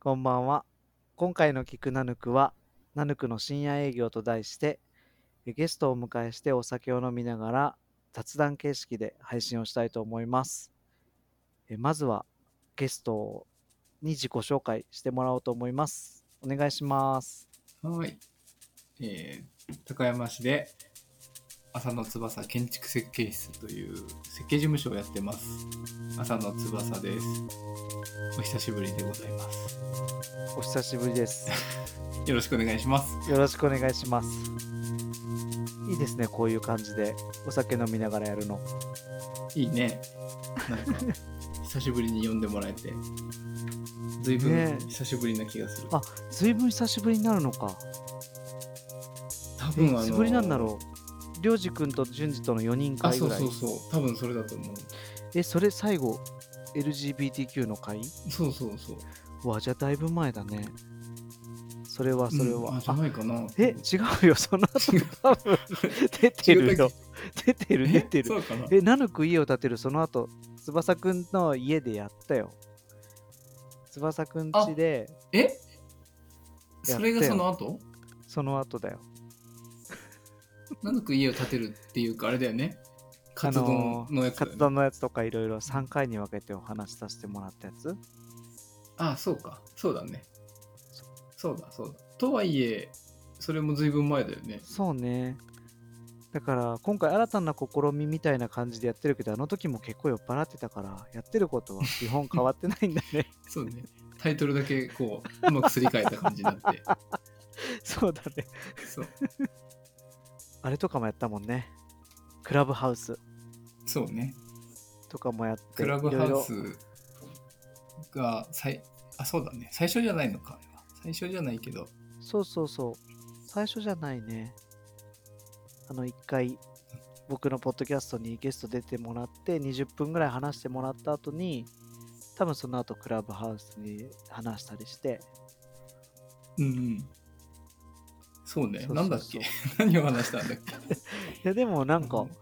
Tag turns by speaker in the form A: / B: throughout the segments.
A: こんばんは。今回の聞くナヌクは、ナヌクの深夜営業と題して、ゲストをお迎えしてお酒を飲みながら雑談形式で配信をしたいと思います。えまずはゲストに自己紹介してもらおうと思います。お願いします。
B: はい、えー高山市で朝の翼建築設計室という設計事務所をやってます朝の翼ですお久しぶりでございます
A: お久しぶりです。
B: よろしくお願いします
A: よろしくお願いします。いいですね、こういう感じでお酒飲みながらやるの。
B: いいねなんか 久しぶりに呼んでもらえてずいぶ
A: ね
B: ん久しぶりな気がする、
A: あずいぶん久しぶりになるのか。
B: 多
A: え
B: 分
A: いつぶりなんだろう。りょうじくんとじゅんじとの4人
B: あ
A: 会
B: そ
A: ぐ
B: う
A: らい。
B: そうそう多分それだと思う
A: え、それ最後、LGBTQ の会
B: そうそうそう
A: わじゃあだいぶ前だねそれはそれは、
B: うんあじゃ
A: あ
B: ないかな
A: え違うよその 後
B: 違う
A: 多分出てるよ出てる出て
B: えそ
A: る
B: うかな
A: えナヌク家を建てるその後翼くんの家でやったよ翼くん家で
B: え
A: や
B: そ
A: ったよ
B: れがその後
A: その後だよ
B: なぬく家を建てるっていうかあれだよねカツ丼のやつだ
A: 活
B: よね、
A: 動のやつとかいろいろ3回に分けてお話しさせてもらったやつ
B: ああそうかそうだねそうだそうだとはいえそれもずいぶん前だよね
A: そうねだから今回新たな試みみたいな感じでやってるけどあの時も結構酔っ払ってたからやってることは基本変わってないんだ ね
B: そうねタイトルだけこううまくすり替えた感じになって
A: そうだね
B: そう
A: あれとかもやったもんね。クラブハウス
B: そうね
A: とかもやって、
B: クラブ
A: いろ
B: ハ
A: い
B: ウ
A: ろ
B: スがさいあそうだね最初じゃないのかあれは最初じゃないけど
A: そうそうそう。最初じゃないね。あの、一回、僕のポッドキャストにゲスト出てもらって、20分ぐらい話してもらった後に、多分その後クラブハウスに話したりして、
B: うんうんそうね
A: そうそうそう
B: なんだっけ 何を話したんだっけ
A: いやでもなんか、
B: うん
A: なん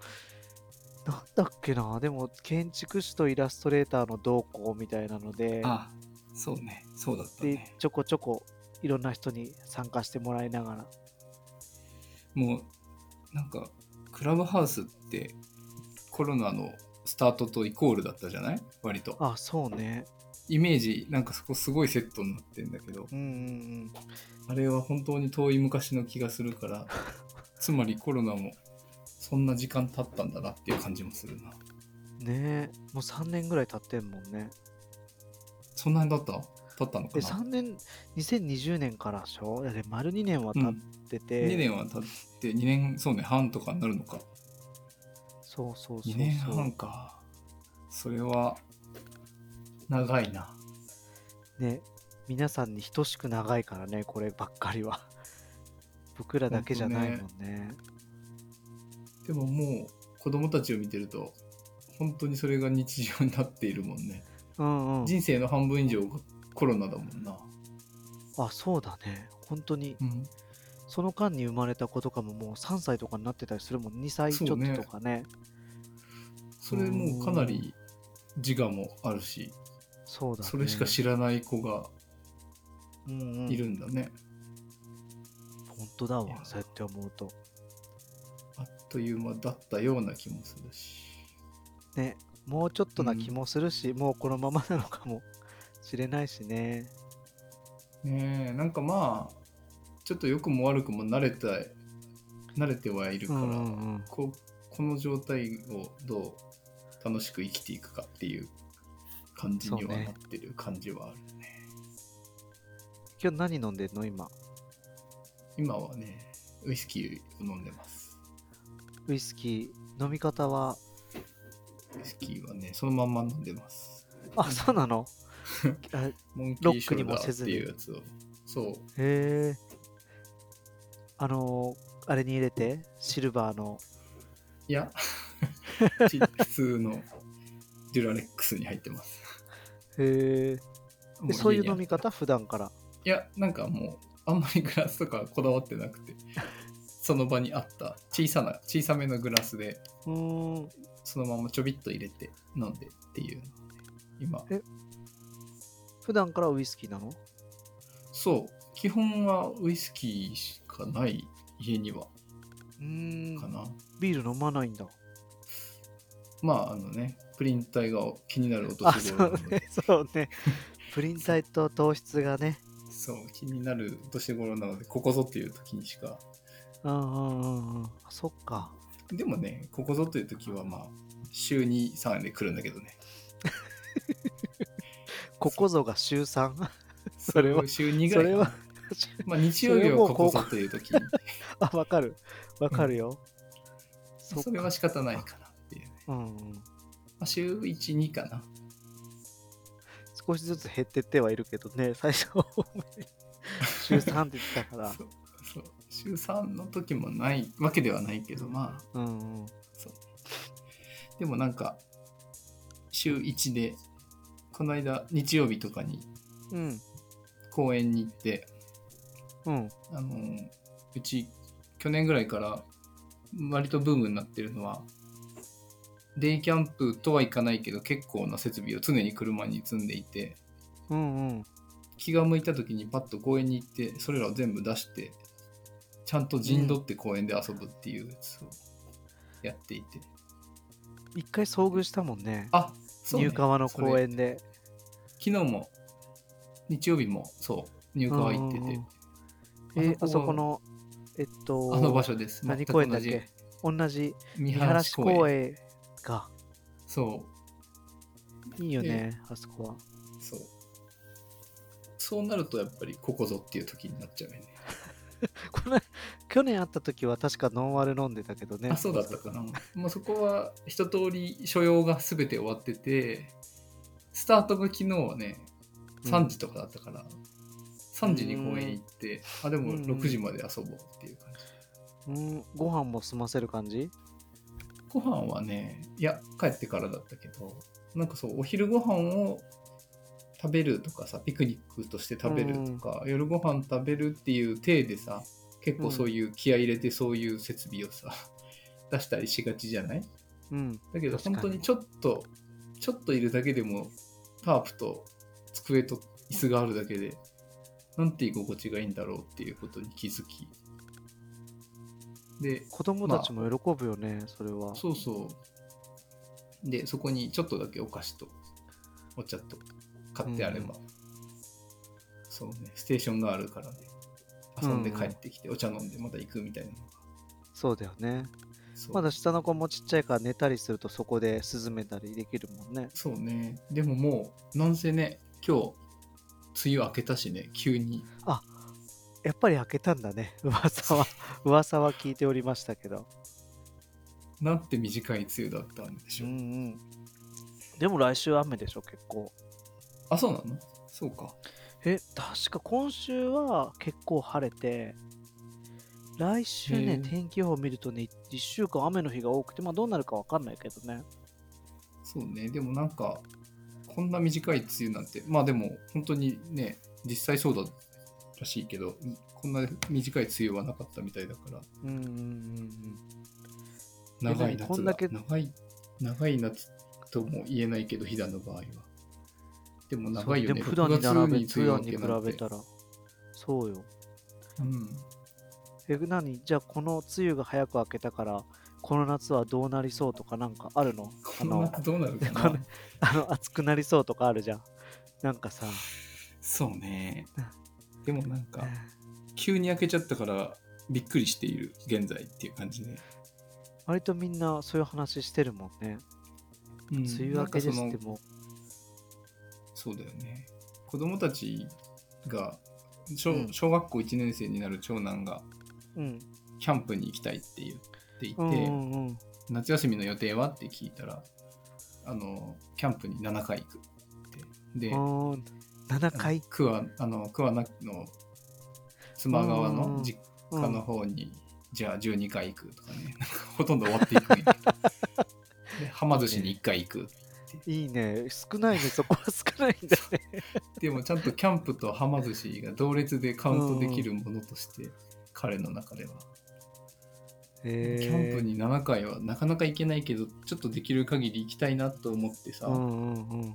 A: だっけな、でも建築士とイラストレーターの動向みたいなので、
B: あそうねそうだった
A: で
B: ね
A: ちょこちょこいろんな人に参加してもらいながら、
B: もうなんかクラブハウスってコロナのスタートとイコールだったじゃない割と
A: あ、そうね。
B: イメージなんかそこすごいセットになってんだけど
A: うんうん
B: あれは本当に遠い昔の気がするから つまりコロナもそんな時間経ったんだなっていう感じもするな
A: うん。ねえ、もう3年ぐらい経ってんもんね。
B: そんなに経った経ったのか
A: で、
B: な
A: 3年、2020年からでしょいやで、丸2年は
B: うん
A: 経ってて、
B: 2年は経って2年そうね半とかになるのか
A: そうそうそう
B: 2年
A: そう
B: 半。かそれは長いな
A: ね、皆さんに等しく長いからね、こればっかりは。僕らだけじゃないもんね。
B: でももう子供たちを見てると本当にそれが日常になっているもんね、
A: うんうん。
B: 人生の半分以上がコロナだもんな、
A: あ、そうだね。本当に、
B: うん、
A: その間に生まれた子とかももう3歳とかになってたりするもん、2歳ちょ
B: そう
A: っ
B: ね
A: ととかね。
B: それもうかなり自我もあるし
A: そうだね。
B: それしか知らない子が
A: うんうん
B: いるんだね、
A: 本当だ
B: いや
A: わ、そうやって思うと。
B: あっという間だったような気もするし
A: ね、もうちょっとな気もするし、もうこのままなのかもしれないしね。
B: ねえなんかまあちょっと良くも悪くも慣れた慣れてはいる
A: う
B: から、
A: んうんうん、
B: ここの状態をどう楽しく生きていくかっていう感じにはなってる感じはあるね
A: 今日何飲んでんの今。
B: 今はねウイスキーを飲んでます
A: ウイスキー、飲み方は。
B: ウイスキーはねそのまんま飲んでます
A: あ、そうな のあへ
B: モンキ
A: ロ
B: ー
A: ッ
B: シ
A: ク
B: ョ
A: に
B: ル
A: も
B: ダ
A: せ
B: ー
A: ず
B: って
A: に
B: いうやつをそう
A: え。あのーあれに入れて、シルバーの。
B: いやち普通のデュラレックスに入ってます
A: へ
B: も
A: え。そういう飲
B: 家に
A: み方普段から。
B: いやなんかもうあんまりグラスとかこだわってなくてその場にあった小さな小さめのグラスで
A: うーん。
B: そのままちょびっと入れて飲んでっていうのをね今
A: 普段からウイスキーなの
B: そう基本はウイスキーしかない家には
A: うーん
B: かな、
A: ビール飲まないんだ
B: まああのねプリン体が気になる音
A: あ
B: す
A: そ
B: る
A: うね そうねプリン体と糖質がね
B: そう気になる年頃なのでここぞっていう時にしか
A: うんうんうんうんそっか
B: でもねここぞという時はまあ週に3で来るんだけどね
A: ここぞが週3それは
B: 週2ぐ
A: そ
B: らい
A: れ
B: かな
A: は
B: まあ日曜日はここぞという時に
A: あわかるわかるよ、そっ
B: それは仕方ないかなっていう、ね
A: うんうん、
B: まあ、週12かな
A: 少しずつ減ってってはいるけどね最初は多めに週3って言ってた から
B: そうそう週3の時もないわけではないけどまあ
A: うんうん
B: でもなんか週1でこの間日曜日とかに
A: うん
B: 公園に行って
A: うん
B: あのうち去年ぐらいから割とブームになってるのはデイキャンプとはいかないけど結構な設備を常に車に積んでいて
A: うんうん
B: 気が向いた時にパッと公園に行ってそれらを全部出してちゃんと陣取って公園で遊ぶっていうやつをやっていて、
A: 一回遭遇したもんね
B: あそう、ね、
A: 入川の
B: それ
A: 公園で
B: 昨日も日曜日もそう入川行ってて、
A: うんうんうんえあそこのえっと
B: あの場所です
A: 何
B: 全く
A: 公園だっ
B: 同じ
A: け同じ三
B: 見晴ら
A: 原
B: し
A: 市
B: 公園
A: 公園か
B: そう
A: いいよねあそこは
B: そう。そうなるとやっぱりここぞっていう時になっちゃうよね。
A: この去年会った時は確かノンアル飲んでたけどね
B: あ、そうだったかな。もうそこは一通り所要が全て終わってて、スタートが昨日はね、
A: うん
B: 3時とかだったから、3時に公園行って、あ、で
A: う
B: も
A: ん
B: 6時まで遊ぼうっていう感じ。
A: うんご飯も済ませる感じ
B: ご飯はね、いや、帰ってからだったけど、なんかそう、お昼ご飯を食べるとかさ、ピクニックとして食べるとか、夜ご飯食べるっていう体でさ、結構そういう気合い入れてそういう設備をさ、出したりしがちじゃない
A: うん
B: だけど
A: 確かに
B: 本当にちょっと、ちょっといるだけでも、タープと机と椅子があるだけで、なんて居心地がいいんだろうっていうことに気づき。で、
A: 子供たちも喜ぶよね、それは
B: そうそう。で、そこにちょっとだけお菓子とお茶と買ってあれば、そうね、ステーションがあるからね、遊んで帰ってきて、お茶飲んでまた行くみたいなのが。
A: そうだよね
B: そう
A: まだ下の子もちっちゃいから寝たりするとそこで涼めたりできるもんね
B: そうね、でももう、なんせね、今日、梅雨明けたしね、急に。
A: やっぱり開けたんだね噂 は噂は聞いておりましたけど
B: なんて短い梅雨だったんでし
A: う
B: ょ
A: ん
B: う。
A: うんでも来週雨でしょ結構
B: あ、そうなのそうか。
A: え確か今週は結構晴れて来週
B: へえ
A: ね天気予報見るとね1週間雨の日が多くてまあどうなるかわかんないけどね
B: そうね、でもなんか、こんな短い梅雨なんて、まあでも、本当にね、実際そうだらしいけど、こんな短い梅雨はなかったみたいだから、
A: うんうんうんえ
B: 長い
A: でも
B: 夏
A: こんだ
B: だ
A: け
B: 長い、長い夏とも言えないけど、飛騨の場合は。でも
A: うん
B: 長いよね、
A: そうでも普段に並べ
B: 6
A: 普段に
B: 明け
A: 比
B: なんて
A: べたらそうよ
B: うん。
A: え何じゃあこの梅雨が早く明けたからこの夏はどうなりそうとかなんかあるのあ
B: この
A: の
B: 夏どうなるか
A: この
B: な
A: あの暑くなりそうとかあるじゃんなんかさ
B: そうね。でもなんか
A: え、
B: 急に開けちゃったから、びっくりしている、現在っていう感じで。
A: ー割とみんなそういう話してるもんね、
B: うん
A: 梅雨明けです
B: な
A: っ
B: ん
A: て
B: かその
A: も
B: そうだよね子供たちが小
A: うん
B: 小学校1年生になる長男が
A: ううん
B: キャンプに行きたいって言っていて、
A: うんうんうん
B: 夏休みの予定はって聞いたらあのキャンプに7回行くってで
A: あ
B: あの
A: ー7回
B: 桑あの桑名の妻川
A: うんうんう
B: の
A: ん
B: 実家の方に、じゃあ12回行くとかねなんかほとんど終わっていくん やけどではま寿司に1回行く
A: いいね少ないねそこは少ないんだね
B: でもちゃんとキャンプとはま寿司が同列でカウントできるものとして、彼の中では、
A: え
B: キャンプに7回はなかなか行けないけどちょっとできる限り行きたいなと思ってさ、
A: うんうんうん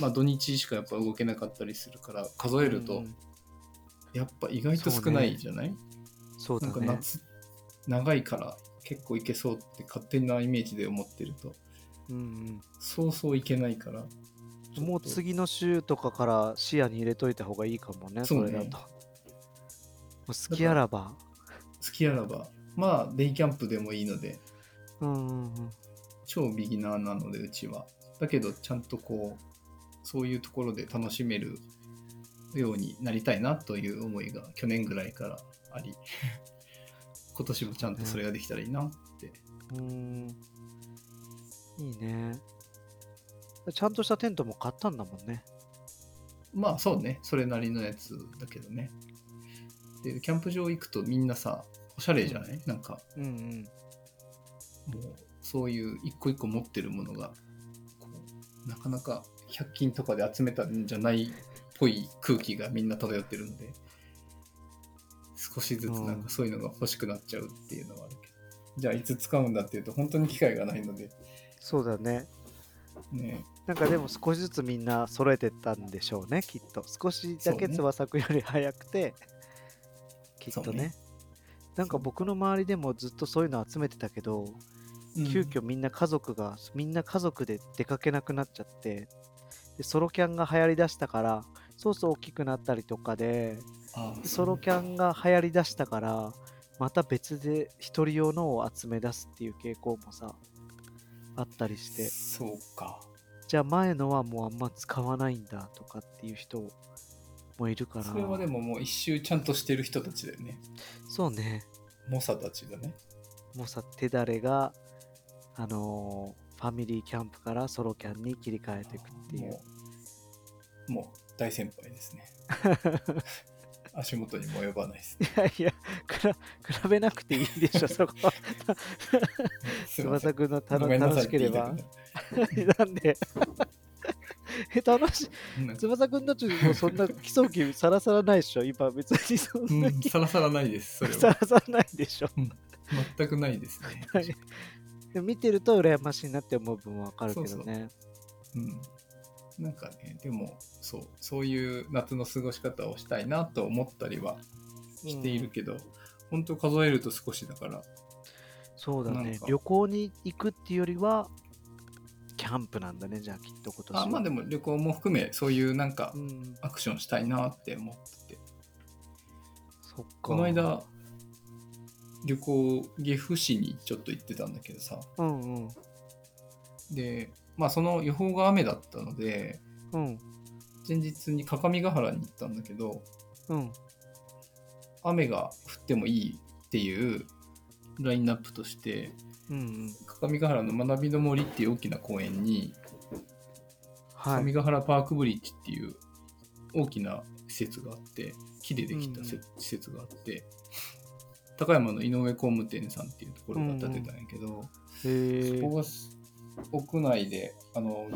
B: まあ、土日しかやっぱ動けなかったりするから数えると
A: うん
B: やっぱ意外と少ないじゃない、
A: そう
B: な
A: だ
B: んか
A: ね。
B: 夏、長いから結構いけそうって勝手なイメージで思ってると、
A: うん
B: そうそういけないから。
A: うん。もう次の週とかから視野に入れといた方がいいかもね、
B: そ
A: そう
B: ね
A: れだと。もう好きあらば。
B: 好きあらば、まあ、デイキャンプでもいいので、
A: うんうんうん。
B: 超ビギナーなので、うちは。だけど、ちゃんとこう、そういうところで楽しめるようになりたいなという思いが去年ぐらいからあり、今年もちゃんとそれができたらいいなって。
A: うーんいいね。ちゃんとしたテントも買ったんだもんね。
B: まあそうね、それなりのやつだけどね。で、キャンプ場行くとみんなさ、おしゃれじゃない、なんか、
A: うんうん。
B: もう、そういう一個一個持ってるものが、こうなかなか100均とかで集めたんじゃないっぽい空気がみんな漂ってるので、少しずつなんかそういうのが欲しくなっちゃうっていうのはあるけど。じゃあいつ使うんだっていうと本当に機会がないので、
A: そうだね。
B: ね、
A: なんかでも少しずつみんな揃えてったんでしょうね、きっと。少しだけ
B: そうね
A: 翼くんより早くて、きっと
B: そう
A: ね
B: ね
A: なんか僕の周りでもずっとそういうの集めてたけど、急遽みんな家族が、みんな家族で出かけなくなっちゃって、でソロキャンが流行りだしたから、そうそう大きくなったりとかで、
B: ああ
A: ソロキャンが流行りだしたからまた別で一人用のを集め出すっていう傾向もさあったりして
B: そうか。
A: じゃあ前のはもうあんま使わないんだとかっていう人もいるから
B: それはでももう一周ちゃんとしてる人たちだよね。
A: そうね
B: 猛者たちだね。
A: もうさ手だれがあのーファミリーキャンプからソロキャンに切り替えていくっていう
B: もうもう大先輩 ですね足元にも及ばないです
A: いやいやくら比べなくていいで しょそこは
B: すいません
A: 翼くんのた
B: ご
A: の
B: めんな
A: 楽
B: さい
A: し
B: って
A: けれ
B: 言い
A: ば
B: たくな
A: なんでえ楽し
B: るなんか
A: 翼くんたちもそんな基礎気さらさらないでしょ今別にそんな
B: うん
A: 気
B: さらさらないですそれ
A: さ
B: は
A: らさらないでしょ
B: 全くないですね、
A: はいでも見てると羨ましいなって思う分わかるけどね
B: うん、なんかねでもそうそういう夏の過ごし方をしたいなと思ったりはしているけど、本当数えると少しだから
A: そうだ
B: なん
A: ね
B: か
A: 旅行に行くっていうよりはキャンプなんだねじゃあきっと今年は
B: あまあでも旅行も含めそういうなんか
A: うん
B: アクションしたいなって思ってて
A: そっか
B: この間旅行岐阜市にちょっと行ってたんだけどさ
A: うんうん
B: でまあその予報が雨だったので
A: うん
B: 前日に各務原に行ったんだけど
A: うん
B: 雨が降ってもいいっていうラインナップとして
A: うんうん
B: 各務原の学びの森っていう大きな公園に
A: は
B: 各
A: い
B: 務原パークブリッジっていう大きな施設があって木でできたせ
A: うん
B: 施設があって高山の井上工務店さんっていうところが建てたんやけど、
A: へ
B: そこ
A: ー
B: がす屋内であの、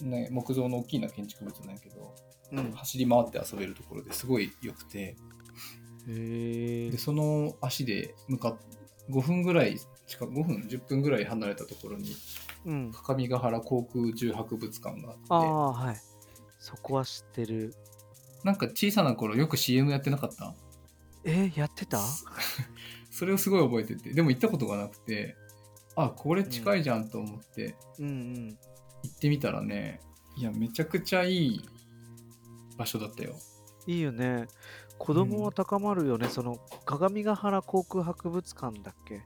B: ね、木造の大きな建築物なんやけど、
A: うん
B: 走り回って遊べるところですごい良くて
A: へー
B: でその足で向かっ5分ぐらい近く5分10分ぐらい離れたところに
A: うん
B: 各務原航空宇宙博物館が
A: あ
B: あって
A: あはいそこは知ってる
B: なんか小さな頃よく CM やってなかった
A: えーやってた
B: それをすごい覚えててでも行ったことがなくてあこれ近いじゃんと思って、
A: うんうん
B: 行ってみたらねいやめちゃくちゃいい場所だったよ
A: いいよね。子供は高まるよね。その鏡ヶ原航空博物館だっけ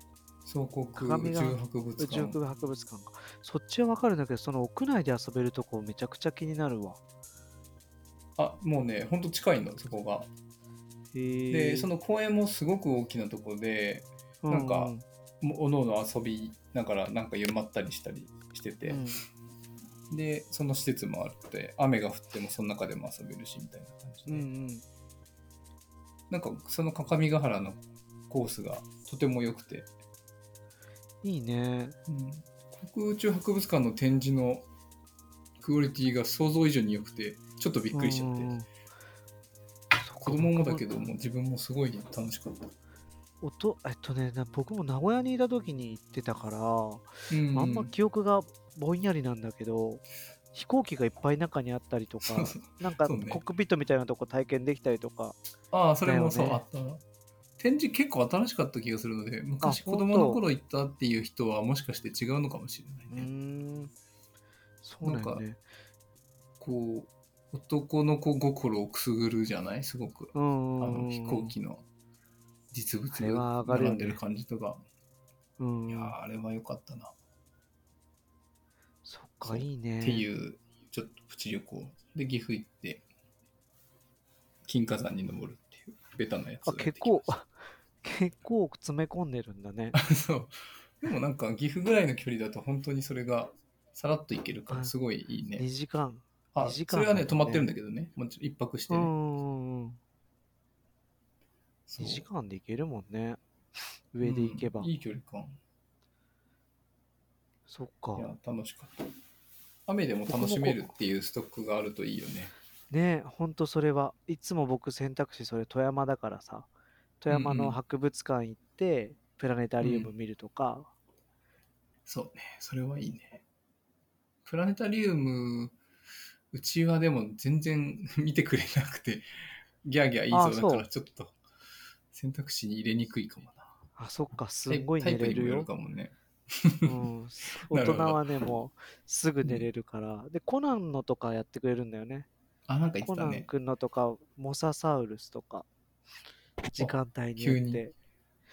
B: 総航空
A: 鏡
B: 宇
A: が
B: 宙博物
A: 宇宙
B: 館
A: 博物館か。そっちはわかるんだけど、その屋内で遊べるとこめちゃくちゃ気になるわ。
B: あもうねほんと近いのそこが
A: へー
B: でそ、の公園もすごく大きなとこで
A: う
B: なんかもうおのおの遊びながらなんかまったりしたりしてて、
A: うん
B: でその施設もあって雨が降ってもその中でも遊べるしみたいな感じ
A: う
B: で、
A: んうん。
B: なんかその各務原のコースがとても良くて、
A: いいね。
B: 国宇宙博物館の展示のクオリティが想像以上に良くてちょっとびっくりしちゃって、
A: うんうん
B: 子供もだけどもう自分もすごい楽しかった、
A: おとえっとね、な僕も名古屋にいた時に行ってたから、
B: うん
A: あんま記憶がぼんやりなんだけど、飛行機がいっぱい中にあったりとかなんかコ
B: そうね
A: ックピットみたいなとこ体験できたりとか、
B: ああ、それもそう、
A: だ
B: あ
A: よ
B: ったな。展示結構新しかった気がするので、昔
A: あ
B: 子
A: 本当
B: 供の頃行ったっていう人はもしかして違うのかもしれ
A: う
B: ないね。
A: ーんそうなんよね
B: こう、男の子心をくすぐるじゃないすごく。
A: うん
B: あ
A: うんうんう
B: の
A: ん
B: 飛行機の実物
A: あれは
B: が
A: 上がるよ
B: 並
A: ね
B: んでる感じとか。
A: うん
B: いやーあれは良かったな。
A: そっ
B: そ
A: か
B: う
A: いいね
B: っていう、ちょっとプチ旅行。で、岐阜行って、金華山に登るっていう、ベタなやつ
A: あ
B: をやって
A: 結
B: きま
A: 構
B: した。
A: 結構詰め込んでるんだね
B: そう。でもなんか岐阜ぐらいの距離だと本当にそれがさらっと行けるからすごいいい ね
A: 2。時間
B: あ、
A: 二時
B: そ
A: 間
B: れはね、
A: なんだ
B: 泊
A: ね
B: まってるんだけどね。もうちょっと一泊して
A: う
B: ね。
A: んうん
B: そう
A: 2時間で行けるもんね上で行けば、
B: うんいい距離感。
A: そっ
B: いや
A: か、
B: 楽しかった。雨でも楽しめるっていうストックがあるといいよね。
A: ねえほんとそれはいつも僕選択肢それ富山だからさ富山
B: うんう
A: の
B: ん
A: 博物館行って、プラネタリウム
B: うん
A: 見るとか、
B: そうね。それはいいね。プラネタリウム、うちはでも全然 見てくれなくて、ギャーギャー言い
A: あ
B: そう
A: そ
B: だ
A: う
B: からちょっと選択肢に入れにくいかもな。
A: あそっかす
B: タイ
A: んごい
B: タ
A: 寝
B: イプ
A: れ
B: にも
A: る
B: よ
A: よ
B: るかもね。
A: うん、大
B: なる
A: 人
B: ほど
A: はねもうすぐ寝れるから、でコナンのとかやってくれるんだよね
B: あ、なんか言って
A: コ
B: た
A: ナン
B: ね。
A: くんのとかモササウルスとか時間帯によ
B: 急
A: っ
B: に
A: て、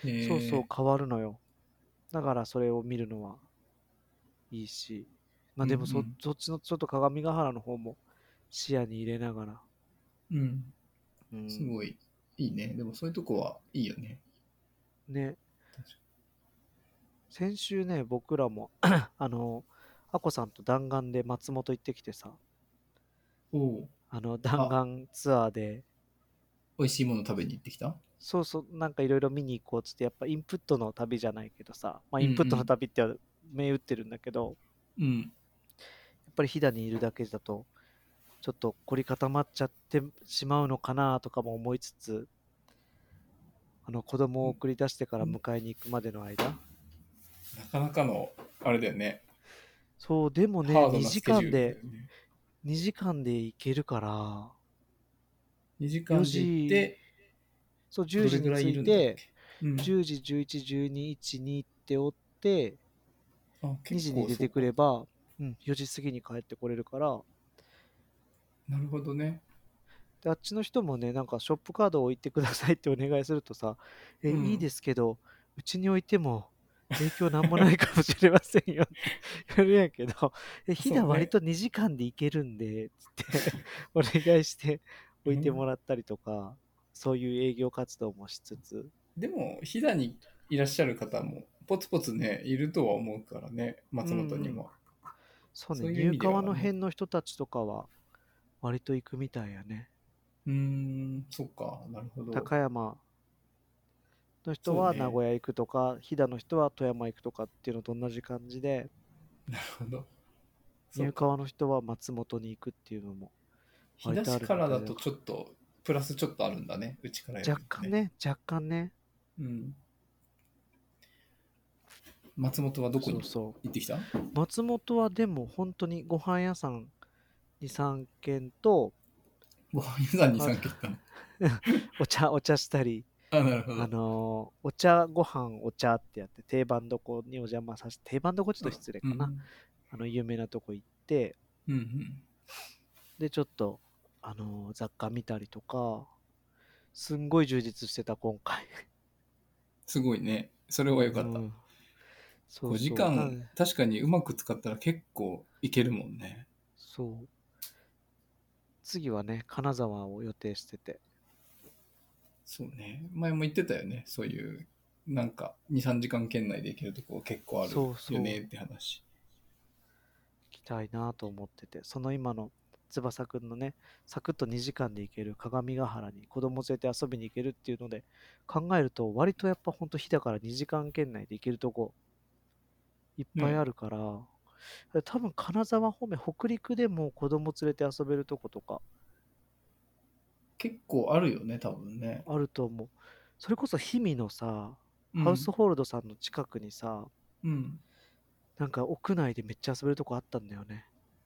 B: えー
A: そうそう変わるのよだからそれを見るのはいいしまあでもそ,、
B: うんうん
A: そっちのちょっと鏡ヶ原の方も視野に入れながら、
B: うん。
A: うん、
B: すごい、いいね。でもそういうとこはいいよね。
A: ね
B: 確か
A: 先週ね僕らも あのあこさんと弾丸で松本行ってきてさ
B: おお、
A: あの弾丸ツアーで
B: 美味しいもの食べに行ってきた
A: そうそう、なんかいろいろ見に行こうっつって、やっぱインプットの旅じゃないけどさ、まあ、
B: うんう
A: イ
B: ん
A: ンプットの旅って銘打ってるんだけど、や
B: うん。
A: っぱり飛騨にいるだけだと、ちょっと凝り固まっちゃってしまうのかなとかも思いつつ、あの子供を送り出してから迎えに行くまでの間、
B: なかなかの、あれだよね。
A: そう、でもね、
B: ハード
A: 2
B: な
A: 時
B: スケジュー
A: 間
B: ルだよ
A: で
B: ね、。
A: 2時間で行けるから、
B: 2時間で行って、
A: そう、
B: ど
A: 10時
B: れぐらいい
A: に着
B: る
A: い
B: んだっけ
A: て、10時、11、12、1、2っておって、
B: うん、あ
A: 2
B: 結
A: 時
B: 構
A: に出てくれば、うん、4時過ぎに帰ってこれるから
B: そうなるほどね。
A: であっちの人もねなんかショップカードを置いてくださいってお願いするとさ「え
B: うん
A: いいですけどうちに置いても影響なんもないかもしれませんよ」って 言われるんやけど「えひ
B: そう
A: だ
B: ね
A: 割と2時間で行けるんで」 つってお願いして置いてもらったりとか、そういう営業活動もしつつ
B: でも、飛騨にいらっしゃる方も、ポツポツね、いるとは思うからね、松本にも。
A: そうね
B: そういう意
A: 入
B: 味では
A: 川の辺の人たちとかは割と行くみたいやね
B: うーん、そっか、なるほど。
A: 高山の人は
B: そうね
A: 名古屋行くとか、飛騨の人は富山行くとかっていうのと同じ感じで
B: なるほど。そう
A: 入川の人は松本に行くっていうのも
B: 飛騨市からだとちょっと、プラスちょっとあるんだね、うちからやると
A: 若干ね若干ね
B: うん。松本はどこ
A: そ
B: に
A: うそ
B: 行ってきた
A: う松本はでも本当にご飯屋さん23軒と
B: ご飯屋さんに参加行ったの。
A: お茶お茶したり、
B: あ、なるほ
A: あ
B: ど。
A: のーお茶ご飯お茶ってやって定番どこにお邪魔させて定番どこちょっと失礼かな、
B: うん
A: あの有名なとこ行って
B: うんうん。
A: でちょっと、あのー雑貨見たりとかすんごい充実してた今回
B: すごいね。それは良かった。
A: うんそうそう
B: 5時
A: な
B: 間
A: ん、
B: 確かにうまく使ったら結構いけるもんね。
A: そう次はね金沢を予定してて
B: そうね。前も言ってたよね。そういう、なんか、2、3時間圏内で行けるとこ結構ある
A: そうそう
B: よねって話。
A: 行きたいなと思っててその今の翼くんのねサクッと2時間で行ける鏡ヶ原に子供連れて遊びに行けるっていうので考えると割とやっぱほんと日だから2時間圏内で行けるとこいっぱいあるから、多分金沢方面北陸でも子供連れて遊べるとことか
B: 結構あるよね、多分ね。
A: あると思うそれこそ氷見のさ、
B: うん
A: ハウスホールドさんの近くにさ
B: うん。
A: なんか屋内でめっちゃ遊べるとこあったんだよね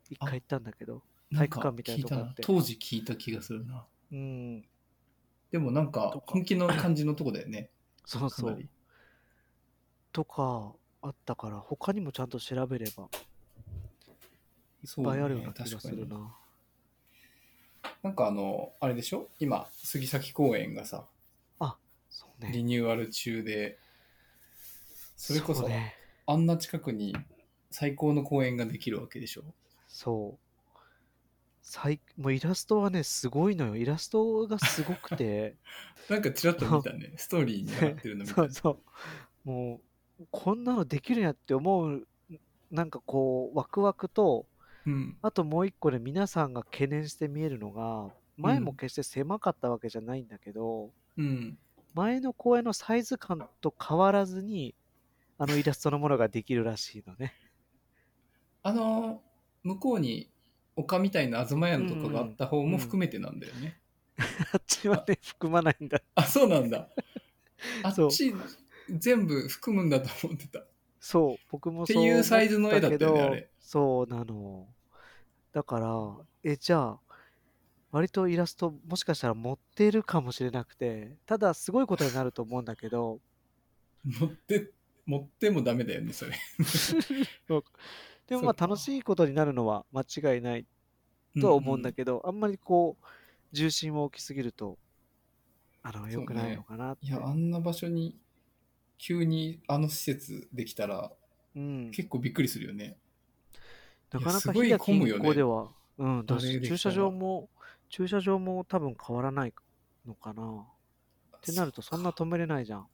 A: 一回行ったんだけど、
B: な
A: 体
B: ん
A: 育
B: か
A: 館みたい
B: 聞い
A: なとこ
B: た
A: あ
B: な
A: って
B: 当時聞いた気がするな
A: うん、
B: でもなん
A: と
B: か
A: か
B: 本気の感じのとこだよね
A: そう
B: か
A: そ
B: な
A: う
B: り。
A: とかあったから、他にもちゃんと調べれば、い
B: そ
A: っ
B: う
A: ぱい
B: ね
A: あるような気がする
B: 確かに
A: な。
B: なんかあのあれでしょ今杉崎公園がさ
A: そう
B: リ
A: ね。
B: ニューアル中でそれこそ
A: うね。
B: あんな近くに最高の公園ができるわけでしょ
A: そう。最もうイラストはね、すごいのよ。イラストがすごくて、
B: なんかちらっと見たねストーリーに上がってるのみ た
A: そ
B: いうな
A: そう。もう、こんなのできるんやって思う、なんかこう、ワクワクと、
B: うん
A: あともう一個で皆さんが懸念して見えるのが、前も決して狭かったわけじゃないんだけど、
B: うん
A: 前の公演のサイズ感と変わらずに、あのイラストのものができるらしいのね。
B: あの向こうに丘みたいな東屋のとかがあった方も含めてなんだよね、
A: あっちはね、含まないんだ。
B: あそうなんだ あ
A: そう
B: っち全部含むんだと思ってた
A: そう、僕も
B: って
A: そう思
B: い
A: ったけ
B: う
A: ど。
B: サイズの絵だったよねあれ
A: そうなの。だから、え、じゃあ、割とイラストもしかしたら持ってるかもしれなくて、ただすごいことになると思うんだけ ど、
B: 持って持ってもダメだよねそれ
A: でもまあ
B: そうか
A: 楽しいことになるのは間違いないとは思うんだけど、あんまりこう、重心を置きすぎると、あの、良くないのかなって。
B: いやあんな場所に急にあの施設できたら
A: うん、
B: 結構びっくりするよね、
A: なかなか
B: すごい
A: 飛騨
B: 混
A: 近
B: むよね
A: 郊では、うん、だ
B: あれ
A: し
B: できた
A: 駐車
B: ら
A: 場も、駐車場も多分変わらないのかな。ってなると、そんな止めれないじゃん。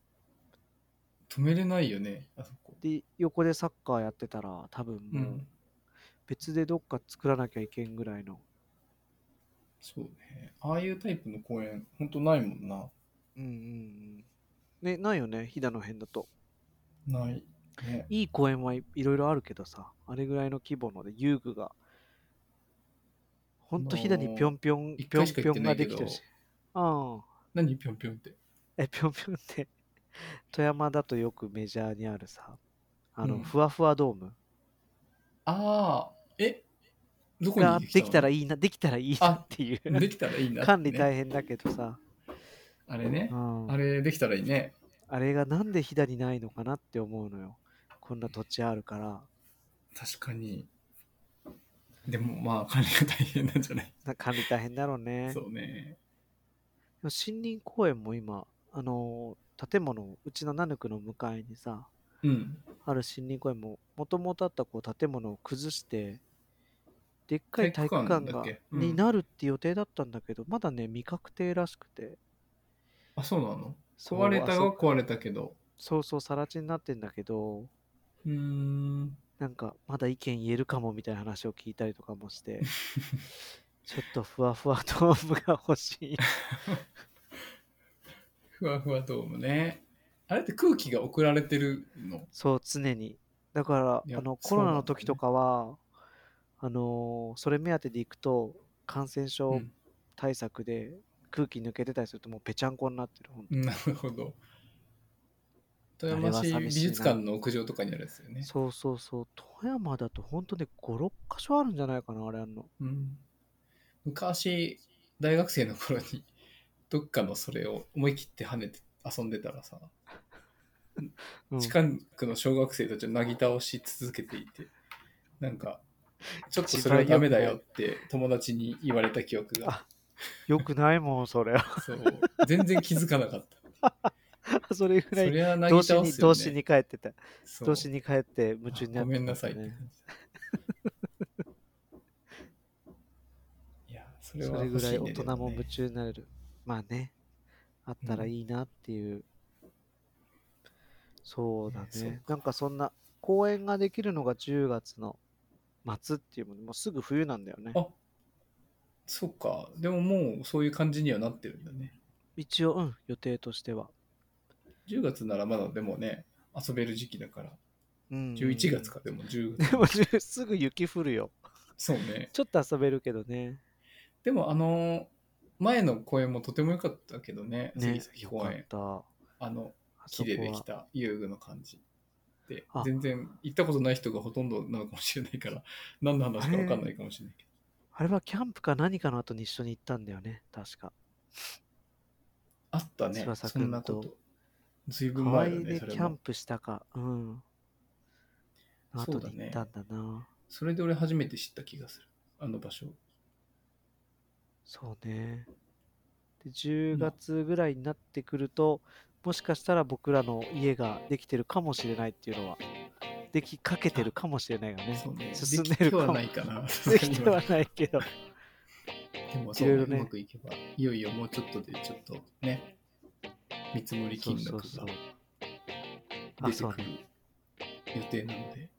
B: 止めれないよねあそこ
A: で、横でサッカーやってたら、多分
B: うん、
A: もう別でどっか作らなきゃいけんぐらいの。
B: そうねああいうタイプの公園ほんとないもんな
A: うんうんうん。ね、ないよね、飛騨の辺だと。
B: ないね
A: いい公園はいいろいろあるけどさ、あれぐらいの規模ので遊具が、ほんと飛騨にぴょんぴょん、
B: 一
A: ぴょ
B: 回
A: ん
B: しか
A: ぴ
B: 行
A: ょ
B: って
A: ん
B: な
A: が
B: いけ
A: で
B: ど
A: きてるし。うん。
B: 何ぴょんぴょんって
A: え、ぴょんぴょんって、富山だとよくメジャーにあるさ、あの、
B: うん
A: ふわふわドーム
B: ああえどこ
A: が
B: に
A: できたら
B: い
A: いいな、できたらいいな
B: あ
A: って いう。
B: できたらいいなってね、
A: 管理大変だけどさ、
B: あれね
A: う、ん、
B: あれできたらいいね
A: あれがなんで飛騨にないのかなって思うのよ。こんな土地あるから、
B: 確かにでもまあ管理が大変なんじゃない、
A: な管理大変だろうね。で
B: そうね
A: も森林公園も今、あのー建物、うちのナヌクの向かいにさ、
B: うん
A: ある森林公園も、もともとあったこう建物を崩して、でっかい体
B: 体
A: 育
B: 育
A: 館が
B: 館だっけうん
A: になるって予定だったんだけど、まだね、未確定らしくて、
B: あそうなの
A: そう
B: 壊れた
A: あ
B: は壊れたけど
A: そうそう、さら地になってんだけど、
B: うーん
A: なんか、まだ意見言えるかもみたいな話を聞いたりとかもして、 ちょっとふわふわドームが欲しい。
B: ふわふわドームねあれって空気が送られてるの
A: そう、常に。だか
B: い
A: ら、
B: や
A: あの、コ
B: そう
A: ロ
B: なん
A: ナ
B: だね
A: の時とかは、あのーそれ目当てで行くと、感染
B: う
A: 症
B: ん
A: 対策で空気抜けてたりすると、もうぺちゃんこになってる。ほんと
B: なるほど富山
A: あ
B: 市
A: れは寂
B: 美
A: しいな
B: 術館の屋上とかにあるやつだよね
A: そうそうそう。富山だと本当に5、6箇所あるんじゃないかな、あれあんの。
B: うん昔大学生の頃にどっかのそれを思い切って跳ねて遊んでたらさ
A: うん
B: 近くの小学生たちをなぎ倒し続けていて、なんか、ちょっとそれはダメだよって友達に言われた記憶が、
A: よくないもん、それは。
B: そう全然気づかなかっ
A: それぐ
B: た。
A: ら
B: そ
A: い、
B: れはなぎ
A: 同
B: 倒
A: 士に、
B: すよ、
A: 同士
B: ね
A: に。帰ってた。
B: そう
A: 同士に帰って夢中にな
B: あ
A: ってた
B: ごめんなさいって感
A: ね
B: じ。 いや、それ
A: そ
B: は
A: れぐ
B: 欲し
A: らい
B: い
A: 大
B: ね。
A: 人も
B: で
A: 夢
B: ね
A: 中になれる。まあね、あったらいいなっていう。そうだ
B: ねそう
A: ね
B: か。
A: なんかそんな、公演ができるのが10月の末っていうもの、もうすぐ冬なんだよね。
B: あそっか。でももうそういう感じにはなってるんだね。
A: 一応、うん、予定としては。
B: 10月ならまだでもね、遊べる時期だから。
A: うん、
B: 11 月。か、でも10
A: で
B: 月。
A: も、10すぐ雪降るよ。
B: そうね。
A: ちょっと遊べるけどね。
B: でもあの、前の公演もとても良かったけどね、
A: ね
B: 杉、崎
A: よ
B: 公
A: か
B: 園
A: っ。た。あ
B: あの、
A: そ
B: 木
A: こ
B: ででき
A: は
B: た遊具の感じ。って
A: あ
B: 全然行ったことない人がほとんどなのかもしれないから何の話か分かんないかもしれないけど
A: あれはキャンプか何かの後に一緒に行ったんだよね、確か。
B: あったね
A: 翼
B: そ
A: 君と
B: んなことずいぶん
A: 河
B: 前だ
A: 合
B: ね
A: で
B: そ
A: キ
B: れ
A: ャン
B: も
A: プしたか。うん。あ
B: そ
A: と
B: うだ
A: に行
B: ね
A: ったんだな。
B: それで俺初めて知った気がするあの場所
A: そうね。で、10月ぐらいになってくると、もしかしたら僕らの家ができてるかもしれないっていうのは、できかけてるかもしれないよね。
B: そうね
A: 進ん
B: で
A: で
B: き
A: る
B: て
A: か
B: は
A: も
B: ないかな
A: でき てはないけど。
B: でもそうね
A: いろいろね
B: うまくいけばいよいよもうちょっとでちょっとね見積もり
A: そう
B: 金
A: そう
B: 額
A: そう
B: が。
A: あ、
B: 出て
A: そう
B: く
A: ね
B: る。予定なので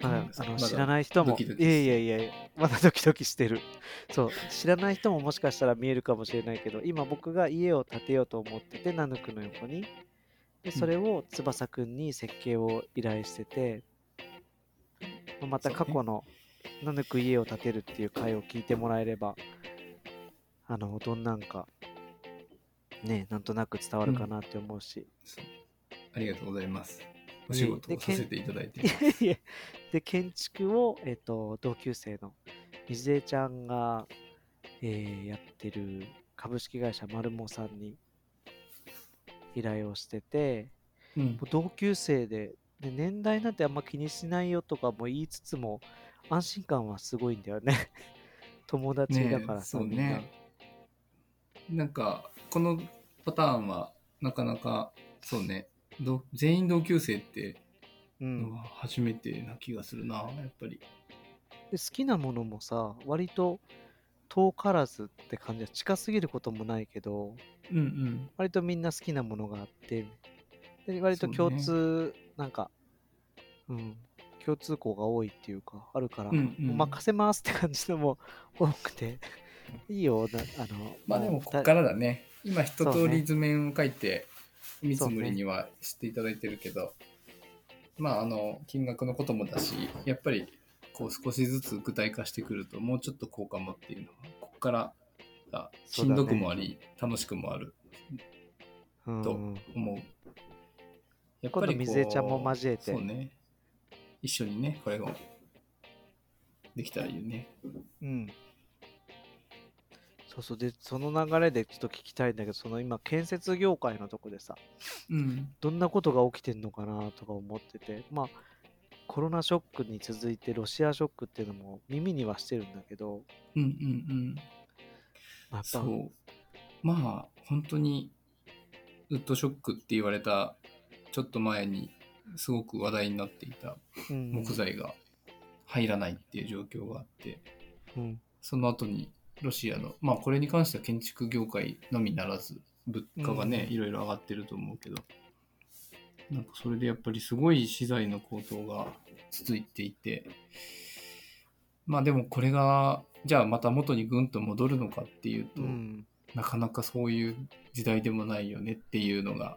A: まだ
B: ごめんなさ
A: あ
B: い
A: の
B: まだ
A: 知らない人も、
B: ドキ
A: い
B: ドキして
A: やいやいやいや、まだドキドキしてる。そう、知らない人ももしかしたら見えるかもしれないけど、今僕が家を建てようと思ってて、ナヌクの横に。で、それを翼くんに設計を依頼してて、まあまた
B: そうね
A: 過去のナヌク家を建てるっていう回を聞いてもらえれば、あの、どんなんか、ね、なんとなく伝わるかなって思うし、
B: そうありがとうございますお仕事
A: いえいえ
B: を
A: で
B: させていただいて
A: いやいやで建築を、えっと同級生の水江ちゃんが、えーやってる株式会社マルモさんに依頼をしてて
B: うん
A: もう同級生でで年代なんてあんま気にしないよとかも言いつつも安心感はすごいんだよね 友達だからさ、
B: ねえそうねなんかこのパターンはなかなかそうねど全員同級生って
A: みんなうん
B: のは初めてな気がするな、やっぱり
A: で好きなものもさ割と遠からずって感じは近すぎることもないけど
B: うんうん
A: 割とみんな好きなものがあってで割と共通、なんかうん共通項が多いっていうかあるから、
B: うんうん
A: もう任せますって感じのも多く ていいよなあの
B: まあでもここ
A: だ
B: からだね今一
A: そ
B: 通
A: うね
B: り図面を書いて見積も
A: そうね
B: りにはしていただいてるけど、まああの金額のこともだしやっぱりこう少しずつ具体化してくるともうちょっと効果もっていうのはここからがしんどくもあり、楽しくもある
A: うん
B: と思う
A: 今度
B: やっこう
A: 水江ちゃんも交えて
B: そうね一緒にねこれをできたらいいよね
A: うんそうそうでその流れでちょっと聞きたいんだけどその今建設業界のとこでさ
B: うん
A: どんなことが起きてんのかなとか思っててまあコロナショックに続いてロシアショックっていうのも耳にはしてるんだけど、
B: うんうんうん
A: まあ、やっぱ
B: そう。まあ、本当に、ウッドショックって言われた、ちょっと前に、すごく話題になっていた
A: うん
B: 木材が入らないっていう状況があって、
A: うん
B: その後に、ロシアの、まあ、これに関しては建築業界のみならず、物価がね、
A: うん
B: いろいろ上がってると思うけど、なんかそれでやっぱりすごい資材の高騰が続いていて、まあでもこれが、じゃあまた元にぐんと戻るのかっていうと、
A: うん
B: なかなかそういう時代でもないよねっていうのが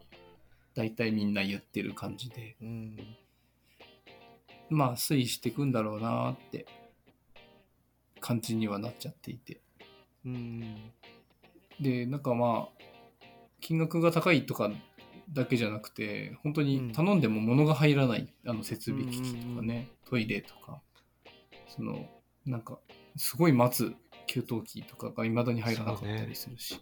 B: 大体みんな言ってる感じで
A: うん
B: まあ推移していくんだろうなーって感じにはなっちゃっていて
A: うん
B: でなんかまあ金額が高いとかだけじゃなくて本当に頼んでも物が入らない、あの設備機器とか
A: うんうん
B: ね、トイレとかそのなんかすごい待つ給湯器とかが未だに入らなかったりするし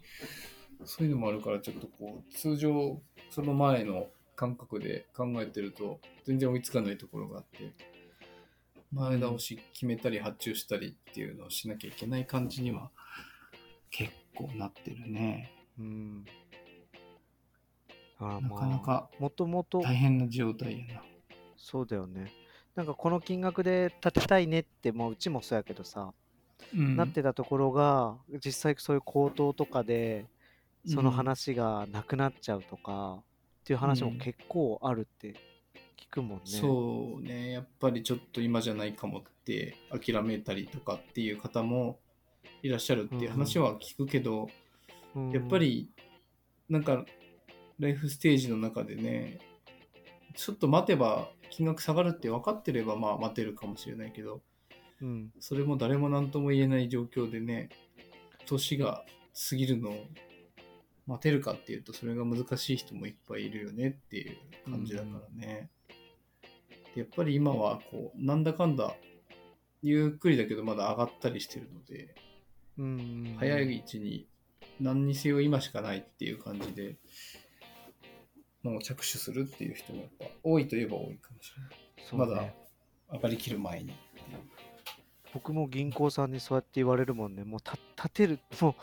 B: そう,、いうのもあるからちょっとこう通常その前の感覚で考えてると全然追いつかないところがあって前倒し決めたり発注したりっていうのをしなきゃいけない感じには結構なってるね。
A: うんあら
B: なかな
A: まあ
B: か
A: もともと
B: 大変な状態やな。
A: そうだよねなんかこの金額で建てたいねってもううちもそうやけどさ、
B: うん
A: なってたところが実際そういう高騰とかでその
B: うん
A: 話がなくなっちゃうとかっていう話も
B: うん
A: 結構あるって聞くもんね、
B: そうね、やっぱりちょっと今じゃないかもって諦めたりとかっていう方もいらっしゃるっていう話は聞くけど、
A: うん
B: やっぱりなんかライフステージの中でねちょっと待てば金額下がるって分かってればまあ待てるかもしれないけど
A: うん
B: それも誰も何とも言えない状況でね年が過ぎるのを待てるかっていうとそれが難しい人もいっぱいいるよねっていう感じだからね、でやっぱり今はこうなんだかんだゆっくりだけどまだ上がったりしてるので
A: うん
B: 早いうちに何にせよ今しかないっていう感じでもう着手するっていう人もやっぱ多いといえば多いかもしれない、
A: そう
B: ま
A: ね
B: だ上がりきる前に
A: 僕も銀行さんにそうやって言われるもんねもうた立てるもう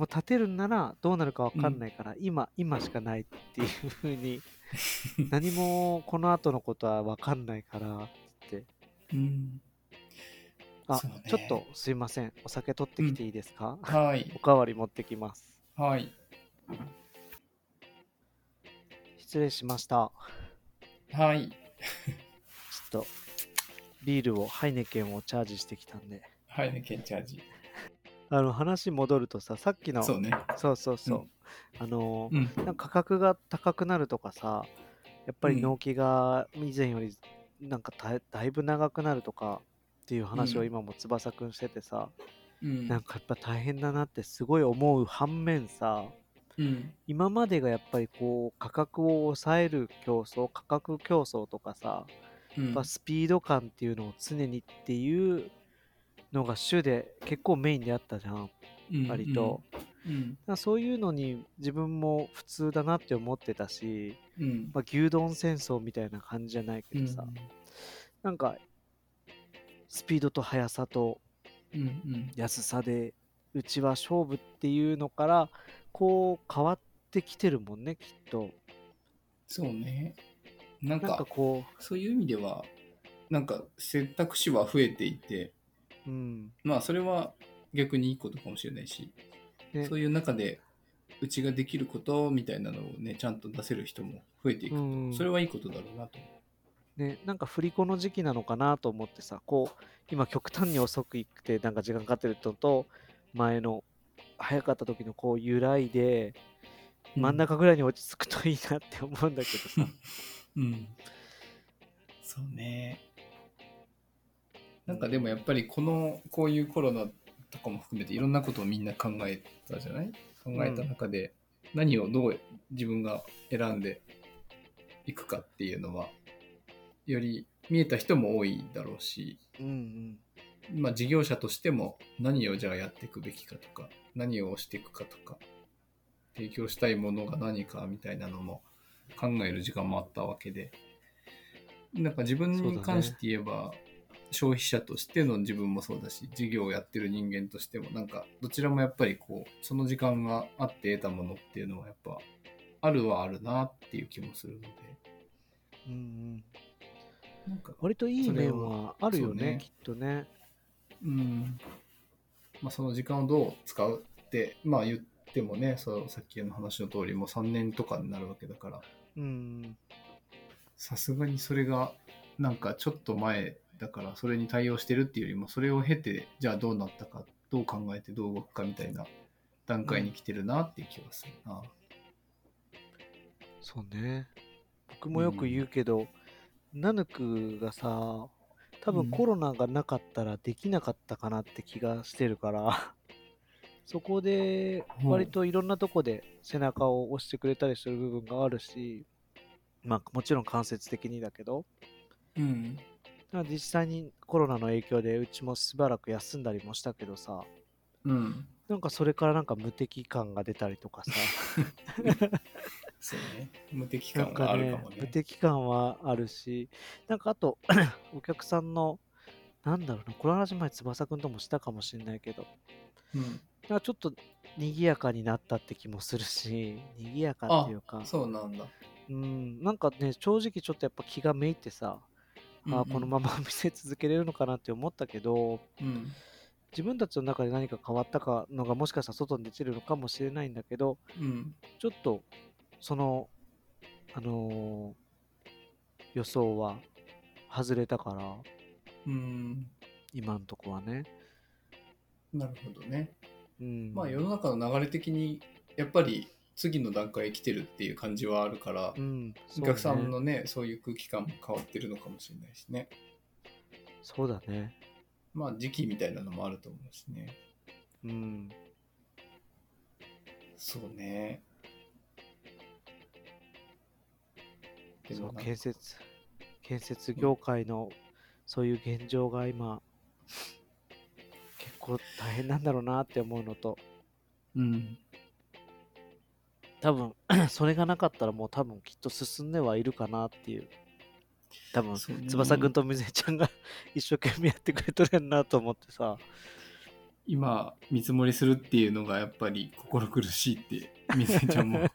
A: もう立てるんならどうなるか分かんないから、今今しかないっていうふう に何もこの後のことは分かんないから
B: うん
A: あ、
B: そうね
A: ちょっとすいませんお酒取ってきていいですか、
B: はい
A: おかわり持ってきます
B: はい
A: 失礼しました
B: はい
A: ちょっとビールをハイネケンをチャージしてきたんで
B: はいねケンチャージ
A: あの話戻るとささっきの
B: そうね
A: そうそうそうあのー
B: うん
A: なんか価格が高くなるとかさやっぱ
B: う
A: り
B: ん
A: 納期が以前よりなんかだだいぶ長くなるとかっていう話を
B: うん
A: 今も翼くんしててさ、
B: うん
A: なんかやっぱ大変だなってすごい思う反面さ
B: うん
A: 今までがやっぱりこう価格を抑える競争価格競争とかさ
B: うん
A: やっぱスピード感っていうのを常にっていうのが主で結構メインであったじゃん割と。
B: うん
A: だからそういうのに自分も普通だなって思ってたし、
B: うん
A: まあ、牛丼戦争みたいな感じじゃないけどさ、なんかスピードと速さと
B: うんうん
A: 安さでうちは勝負っていうのからこう変わってきてるもんねきっと
B: そうねなん
A: なん
B: か
A: かこ
B: そういう意味ではなんか選択肢は増えていて
A: ううん
B: まあそれは逆にいいことかもしれないし、
A: ね
B: そういう中でうちができることみたいなのをねちゃんと出せる人も増えていくと、
A: うん
B: それはいいことだろうなと思
A: ね、なんか振り子の時期なのかなと思ってさこう今極端に遅く行ってなんか時間かかってるのと前の早かった時のこう揺らいで
B: う
A: 真ん中ぐらいに落ち着くといいなって思うんだけどさ
B: うんそうねなんかでもやっぱりこのこういうコロナとかも含めていろんなことをみんな考えたじゃない考えた中で何をどう自分が選んでいくかっていうのはより見えた人も多いだろうし、
A: うんうん
B: まあ、事業者としても何をじゃあやっていくべきかとか何をしていくかとか提供したいものが何かみたいなのも考える時間もあったわけでなんか自分に関して言えば、消費者としての自分もそうだし事業をやってる人間としてもなんかどちらもやっぱりこうその時間があって得たものっていうのはやっぱあるはあるなっていう気もするので
A: うんうん
B: なんか
A: 割といい面はあるよ
B: それ
A: ね
B: は
A: きっとね
B: うんまあ、その時間をどう使うって、まあ、言ってもねそうさっきの話の通りもう3年とかになるわけだから
A: うん
B: さすがにそれがなんかちょっと前だからそれに対応してるっていうよりもそれを経てじゃあどうなったかどう考えてどう動くかみたいな段階に来てるなっていう気がするな。
A: そうね僕もよく言うけど、ナヌクがさ多
B: うん
A: 分コロナがなかったらできなかったかなって気がしてるから、 そこで
B: うん
A: 割といろんなとこで背中を押してくれたりする部分があるし、まあもちろん間接的にだけど
B: うん、
A: ただ実際にコロナの影響でうちもしばらく休んだりもしたけどさ
B: うん、
A: なんかそれからなんか無敵感が出たりとかさ
B: そうね無敵
A: な
B: 感
A: ん
B: が
A: か
B: あ
A: ね
B: るかもね。
A: 無敵感はあるしなんかあと お客さんのなんだろうなこの話前翼くんともしたかもしれないけど
B: うん、
A: なんかちょっと賑やかになったって気もするし 賑やかっていうか
B: そうなんだ。
A: うんなんかね正直ちょっとやっぱ気がめいてさ、あーこのまま店続けれるのかなって思ったけど
B: ま、うん
A: 自分たちの中で何か変わったかのがもしかしたら外に出てるのかもしれないんだけど
B: うん
A: ちょっとそのあのー予想は外れたから
B: うん、
A: 今んとこはね、
B: なるほどね。
A: うん、
B: まあ世の中の流れ的にやっぱり次の段階へ来てるっていう感じはあるから、
A: うんそうね
B: お客さんのねそういう空気感も変わってるのかもしれないしね
A: そうだね
B: まあ時期みたいなのもあると思うしね
A: うん
B: そうねで
A: そ
B: も
A: う
B: なんか
A: 建設建設業界のそういう現状が今結構大変なんだろうなって思うのと
B: うん。
A: 多分 それがなかったらもう多分きっと進んではいるかなっていう多分
B: そうね
A: 翼くんとみずえちゃんが 一生懸命やってくれとるやんなと思ってさ
B: 今、見積もりするっていうのがやっぱり心苦しいって、みずえちゃん も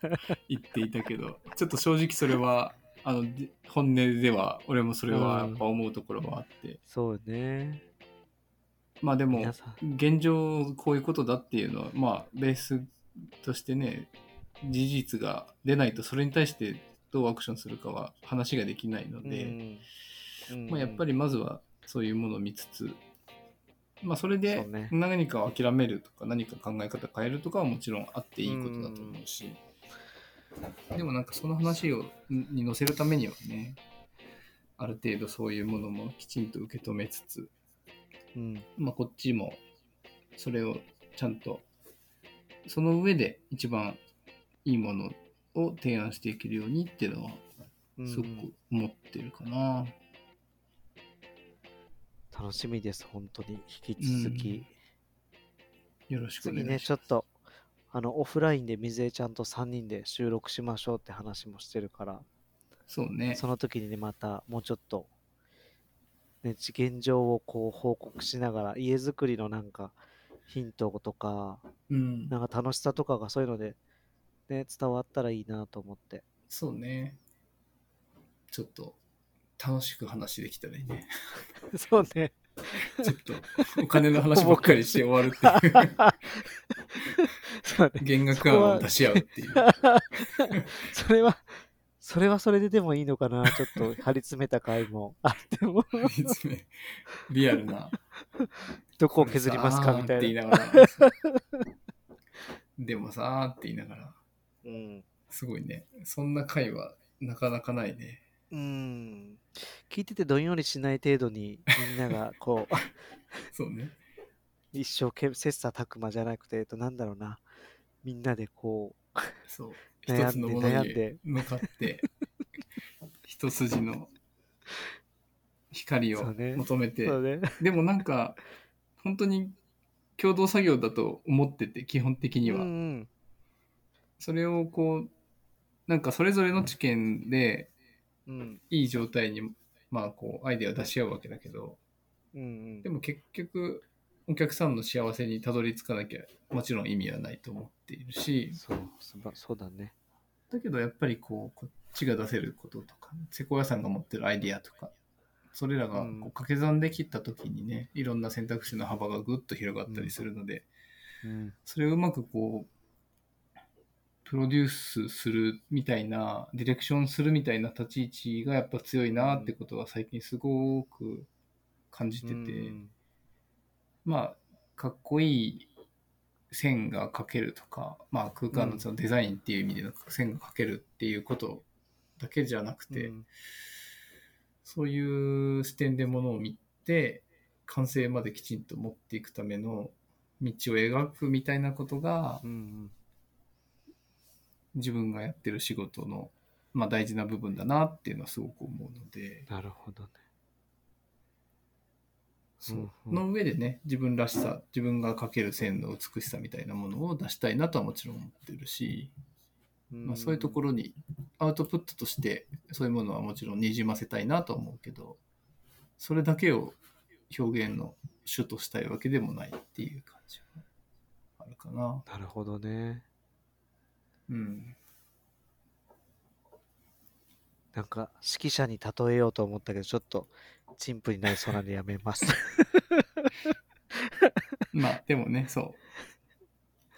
B: 言っていたけど、ちょっと正直それは、あの、で本音では、俺もそれはやっぱ思うところはあって、
A: そうね
B: まあでも
A: 皆、さん
B: 現状こういうことだっていうのはまあベースとしてね事実が出ないとそれに対してどうアクションするかは話ができないので、
A: うん
B: まあ、やっぱりまずはそういうものを見つつ、まあ、それで
A: そうね
B: 何かを諦めるとか何か考え方変えるとかはもちろんあっていいことだと思うし、でもなんかその話をに乗せるためにはねある程度そういうものもきちんと受け止めつつ
A: うん
B: まあ、こっちもそれをちゃんとその上で一番いいものを提案していけるようにっていうのは
A: うん
B: すごく思ってるかな、
A: 楽しみです本当に引き続き、
B: うんよろしくお
A: 次
B: 願いしま
A: ね
B: す
A: ちょっとあのオフラインでみずえちゃんと3人で収録しましょうって話もしてるから
B: そうね
A: その時にね、またもうちょっと、ね、現状をこう報告しながら、家づくりのなんかヒントとか、
B: うん
A: なんか楽しさとかがそういうので、ね、伝わったらいいなと思って。
B: そうねちょっと楽しく話できたらいい ね
A: そうね。
B: ちょっとお金の話ばっかりして終わる って
A: そうね。
B: いう減額案を出し合うって いう
A: それは、それはそれででもいいのかな。ちょっと張り詰めた回 もあっても、
B: リアルな
A: どこを削りますかみた
B: これ
A: いな。
B: さーって言いながら。でもさーって言いながら。
A: うん。
B: すごいね。そんな回はなかなかないね。
A: うん。聞いててどんよりしない程度に、みんながこ う、
B: そうね。
A: 一生懸命切磋琢磨じゃなくて、えっと、なんだろうな、みんなでこ
B: そう。
A: 悩んで
B: 一つのもの
A: 悩んで
B: に向かって、一筋の光
A: そ
B: を
A: うね
B: 求め
A: う、
B: て、
A: そうね、
B: でもなんか、本当に共同作業だと思ってて、基本的に
A: うん
B: は。
A: うん、
B: それをこう、なんかそれぞれの知見で、
A: うん、
B: いい状態に、まあこう、アイデアを出し合うわけだけど、
A: うんうん、
B: でも結局お客さんの幸せにたどり着かなきゃもちろん意味はないと思っているし
A: そう、すばそうだね。
B: だけどやっぱりこうこっちが出せることとかセコヤさんが持ってるアイディアとかそれらがこ
A: うん
B: う掛け算できた時にね、いろんな選択肢の幅がぐっと広がったりするので、
A: うん、
B: それをうまくこうプロデュースするみたいなディレクションするみたいな立ち位置がやっぱ強いなってことは最近すごく感じてて。
A: うん
B: まあ、かっこいい線が描けるとか、まあ、空間
A: う
B: の
A: ん
B: そのデザインっていう意味での線が描けるっていうことだけじゃなくて、
A: うん
B: そういう視点でものを見て完成まできちんと持っていくための道を描くみたいなことが
A: うん、
B: 自分がやってる仕事の、まあ、大事な部分だなっていうのはすごく思うので。
A: なるほどね。
B: そう
A: うん
B: その上でね自分らしさ自分が描ける線の美しさみたいなものを出したいなとはもちろん思ってるし、まあ、そういうとこ
A: ろ、
B: ろにアウトプットとしてそういうものはもちろんにじませたいなとは思うけどそれだけを表現の主としたいわけでもないっていう感じはあるかな。
A: なるほどね。
B: うん、
A: なんか指揮者に例えようと思ったけど、ちょっと陳腐になりそうなんでやめます。
B: まあでもねそう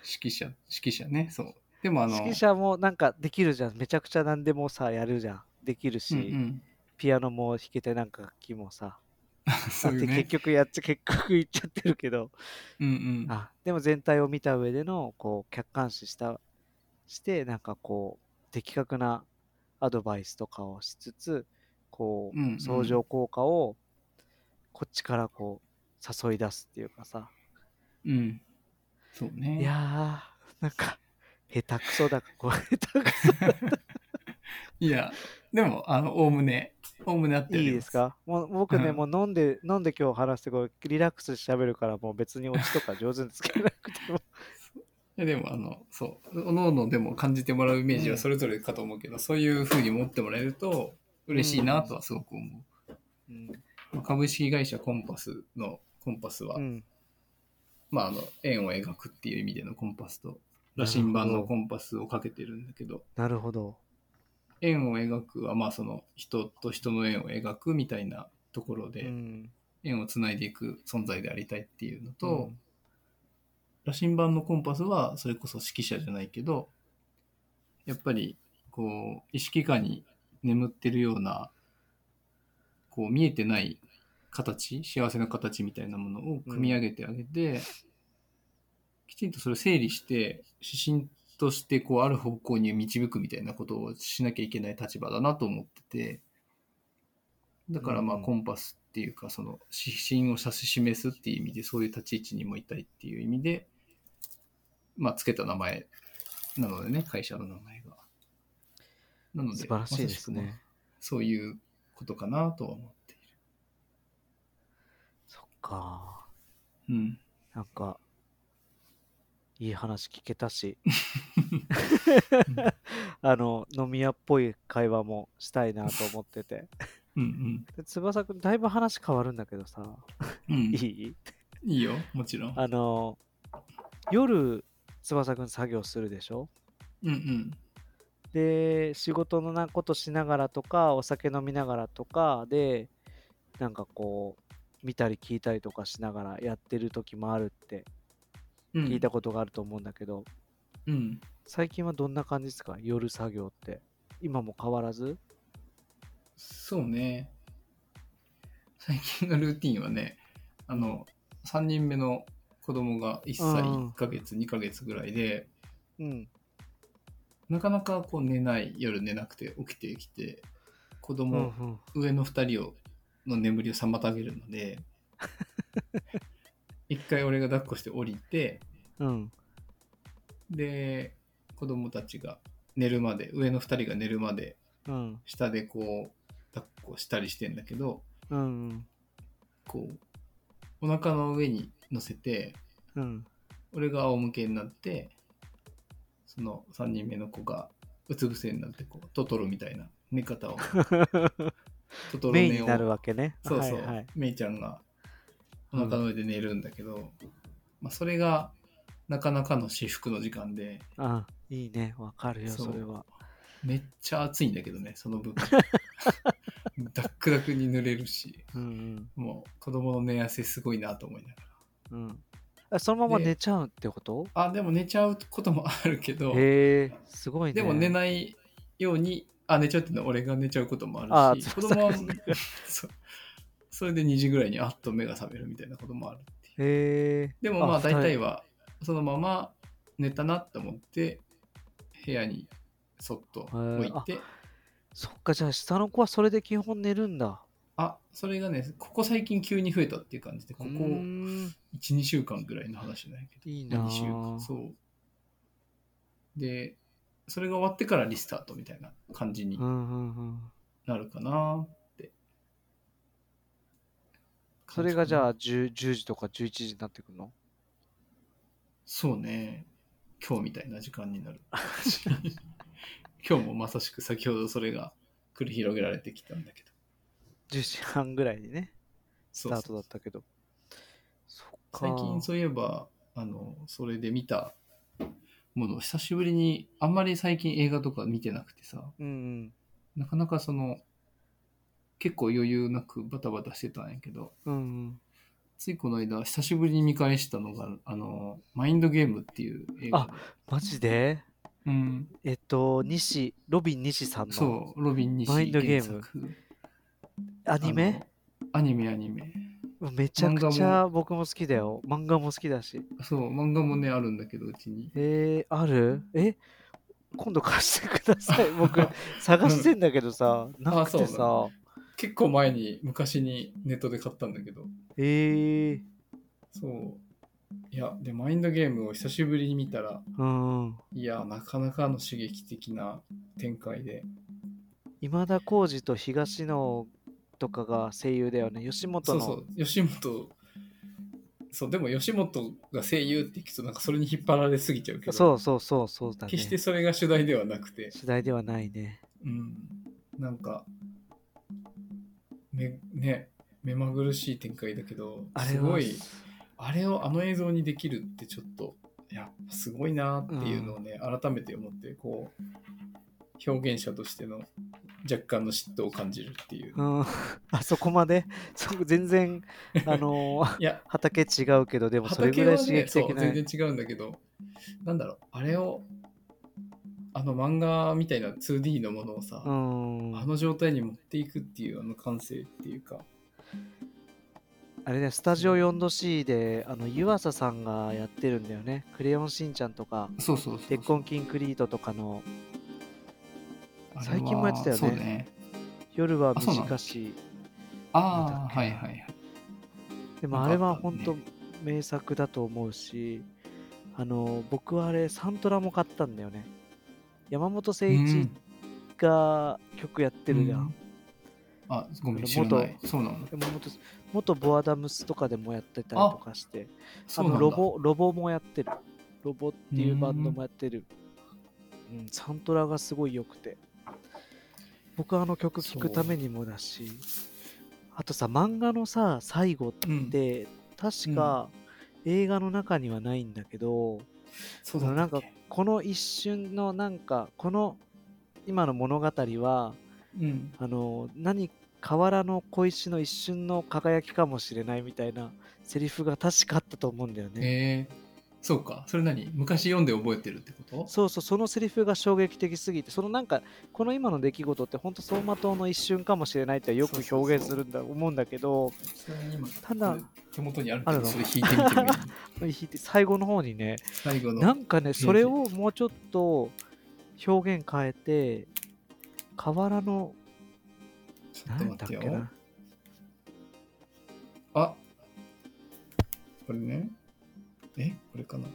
B: 指揮者指揮者ねそうで もあの
A: 指揮者もなんかできるじゃん、めちゃくちゃ何でもさやるじゃん、できるし、
B: うんうん、
A: ピアノも弾けてなんか楽器もさ。
B: そういう
A: で
B: ね
A: 結、局やっちゃ結局言っちゃってるけど
B: うんうん、
A: あでも全体を見た上でのこう客観視したしてなんかこう的確なアドバイスとかをしつつこ
B: うんうん
A: う相乗効果をこっちからこう誘い出すっていうかさ、
B: うん、そうね
A: いやーなんか下手くそだこう下手くそ
B: いや、でも、あの、おおむね、おおむね合ってお
A: いい
B: り
A: で
B: ます
A: かもう僕ね、
B: うん
A: もう飲んで、飲んで今日話して、こうリラックスして喋るから、もう別にオチとか上手につけなくても。
B: いやでもあのそうおのおのでも感じてもらうイメージはそれぞれかと思うけど、そういうふうに持ってもらえると嬉しいなとはすごく思
A: うん。
B: う、まあ株式会社コンパスのコンパスは、
A: うん
B: まああの円を描くっていう意味でのコンパスと羅針盤のコンパスをかけてるんだけど
A: なるほど。
B: 円を描くはまあその人と人の円を描くみたいなところ
A: う
B: で、
A: ん。
B: 円をつないでいく存在でありたいっていうのと、
A: うん
B: 羅針盤のコンパスはそれこそ指揮者じゃないけどやっぱりこう意識下に眠ってるようなこう見えてない形幸せな形みたいなものを組み上げてあげて、きちんとそれを整理して指針としてこうある方向に導くみたいなことをしなきゃいけない立場だなと思っててだからまあ
A: うんうん
B: コンパスっていうかその指針を指し示すっていう意味でそういう立ち位置にもいたいっていう意味でまあつけた名前なのでね会社の名前が。なので
A: 素晴らしいです
B: まさしくまあ
A: ね。
B: そういうことかなとは思ってい
A: そっか。
B: る。うん。
A: なんか、いい話聞けたし、 あの、飲み屋っぽい会話もしたいなと思ってて。
B: うん
A: で翼くん、だいぶ話変わるんだけどさ、
B: うん。うん、
A: い
B: いい
A: い
B: よ、もちろん。
A: あの、夜、翼くん作業するでしょ
B: うんうん。
A: で、仕事のなことしながらとか、お酒飲みながらとかで、なんかこう、見たり聞いたりとかしながらやってる時もあるって
B: うん、
A: 聞いたことがあると思うんだけど、
B: うん。
A: 最近はどんな感じですか夜作業って今も変わらず
B: そうね。最近のルーティンはね、あの、3人目の子供が1歳
A: うん
B: 1ヶ月、2ヶ月ぐらいで、
A: うん
B: なかなかこう寝ない、夜寝なくて起きてきて、子
A: うんう
B: 供、
A: ん
B: 上の2人をの眠りを妨げるの で、一回俺が抱っこして降りて、
A: うん
B: で子供たちが寝るまで上の2人が寝るまで
A: うん
B: 下でこう抱っこしたりしてんだけど
A: うん
B: こうお腹の上に乗せて
A: うん
B: 俺が仰向けになってその3人目の子がうつ伏せになってこうトトロみたいな寝方 をトトロ
A: メイン
B: 寝
A: になる
B: を
A: わけね
B: そうそう、
A: はいはい、
B: メイちゃんがお腹の上で寝るんだけど、まあ、それがなかなかの至福の時間で
A: あいいねわかるよ
B: そう
A: それは
B: めっちゃ暑いんだけどね、その 分。ダックダクに濡れるし、
A: うん
B: もう子供の寝汗すごいなと思いなが
A: うんうんあそのまま
B: で
A: 寝ちゃうってこと
B: ら。あ、でも寝ちゃうこともあるけど、
A: へえすごいね
B: でも寝ないように、あ、寝ちゃうっていうのは俺が寝ちゃうこともあ
A: あ
B: るし、
A: そう
B: 子供は
A: そう
B: そうそれで2時ぐらいにあっと目が覚めるみたいなこともあるっていう。
A: へえ
B: でもまあ大体
A: は
B: は、そのまま寝たなって思って、部屋にそっと置いて、
A: そっかじゃあ下の子はそれで基本寝るんだ
B: あ、それがね、ここ最近急に増えたっていう感じで、ここ
A: うーん
B: 12週間ぐらいの話じゃないけど
A: いいな
B: 2週間
A: あ
B: そうでそれが終わってからリスタートみたいな感じに
A: うんうんうん
B: なるかなって、
A: それがじゃ
B: あ
A: あ 10, 10時とか11時になってくるの
B: そうね今日みたいな時間になる 今日もまさしく先ほどそれが繰り広げられてきたんだけど
A: 10時半ぐらいにねス
B: そう
A: タ
B: そう
A: ートだったけどそっか
B: 最近そういえばあのそれで見たもの久しぶりにあんまり最近映画とか見てなくてさ、
A: うん
B: なかなかその、結構余裕なくバタバタしてたんやけど、
A: うんうん
B: ついこの間、久しぶりに見返したのが、あの、マインドゲームっていう映画で。
A: マジで
B: うん。
A: えっと西ロビン西さんの
B: そう、ロビン・ニシ
A: マインドゲーム
B: ム。
A: アニメ
B: アニメ、アニメ。
A: めちゃくちゃ僕も好きだよ漫画も好きだし
B: そう、漫画もね、あるんだけど、うちに。
A: えー、あるえ今度貸してくだ さい僕探してんだけどさなくて
B: あそ
A: さ
B: 結構前に、昔にネットで買ったんだけど、
A: えー、
B: そう。いや、で、マインドゲームを久しぶりに見たら、
A: うんうん
B: いや、なかなかの刺激的な展開で、
A: 今田耕司と東野とかが声優だよね。吉本
B: そ
A: の。
B: うそう吉本そうでも吉本が声優って聞くとなんかそれに引っ張られすぎちゃうけど
A: そうそうそうそうだね。
B: 決してそれが主題ではなくて、
A: 主題ではないね。
B: うん、なんかめね目まぐるしい展開だけど
A: あれ
B: す
A: は
B: ごいあれをあの映像にできるってちょっとやっぱすごいなっていうのをね、改めて思ってこう表現者としての若干の嫉妬を感じるっていう、
A: うん、 あそこまで、 そこ全然、あの ー
B: いや
A: 畑違うけど、でもそれぐ
B: 畑
A: ら
B: はい
A: 刺
B: ね
A: 激
B: そう
A: 的な、
B: 全然違うんだけどなんだろうあれをあの漫画みたいな 2D のものをさ、
A: うん。
B: あの状態に持っていくっていうあの感性っていうか
A: あれね、スタジオ 4°C で、あの、湯浅さんがやってるんだよね。クレヨンしんちゃんとか、
B: そうそうそう
A: 鉄痕キンクリートとかの、
B: あれは
A: 最近もやってたよね
B: そうね
A: 夜は
B: あそうなの
A: 短し、
B: ああ
A: なんだ
B: はい
A: っけ
B: はいはい
A: でも
B: な
A: あ
B: んか
A: れ
B: あったね
A: は本当名作だと思うし、あの、僕はあれ、サントラも買ったんだよね。山本誠一が曲やってるじゃ
B: うんん。あごめん
A: あの
B: 知らないそうなんだ
A: でも元元ボアダムスとかでもやってたりとかして、
B: そ
A: あ
B: うなん
A: の
B: だ
A: ロボロボもやってる。ロボっていうバンドもやってる。うん、サントラがすごい良くて。僕はあの曲聴くためにもだし、あとさ、漫画のさ、最後っ
B: うん
A: て、確か映画の中にはないんだけど、
B: そう
A: そのな
B: だ
A: ん
B: ったっ
A: か
B: け
A: この一瞬のなんか、この今の物語は、
B: うん
A: あの何河原の小石の一瞬の輝きかもしれないみたいなセリフが確かあったと思うんだよね。
B: えーそうかそれ何昔読んで覚えてるってこと
A: そうそうそのセリフが衝撃的すぎてそのなんかこの今の出来事って本当走馬灯の一瞬かもしれないってよく
B: そうそうそう
A: 表現するんだ思うんだけど
B: ちなみに今
A: ただ
B: これ手元にある
A: あ
B: け
A: る
B: ど
A: の
B: それ弾いて みてもいい
A: 最後の方にね
B: 最後の
A: なんかねそれをもうちょっと表現変えて河原の
B: ちょ
A: な
B: っと
A: ん
B: 待
A: だ
B: っ
A: ってけ
B: よ
A: な
B: あこれね。えこれかな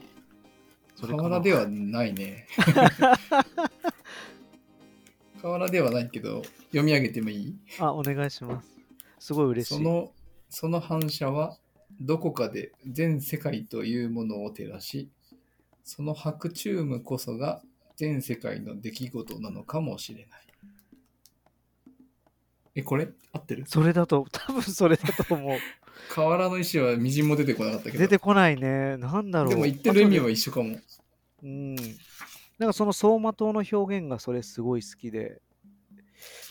A: それか
B: 河
A: な
B: 原ではな いね。河原ではないけど、読み上げてもいい
A: あお願いしますすごい嬉し
B: そ
A: い
B: のその反射は、どこかで全世界というものを照らし、その白チュームこそが全世界の出来事なのかもしれない。え、これ合ってる
A: それだと 多分それだと思う
B: 河原の石はみじんも出てこなかったけど。
A: 出てこないね。なんだろう。
B: でも言ってる意味
A: あと
B: は一緒かも。
A: でうん。なんかその走馬灯の表現がそれすごい好きで、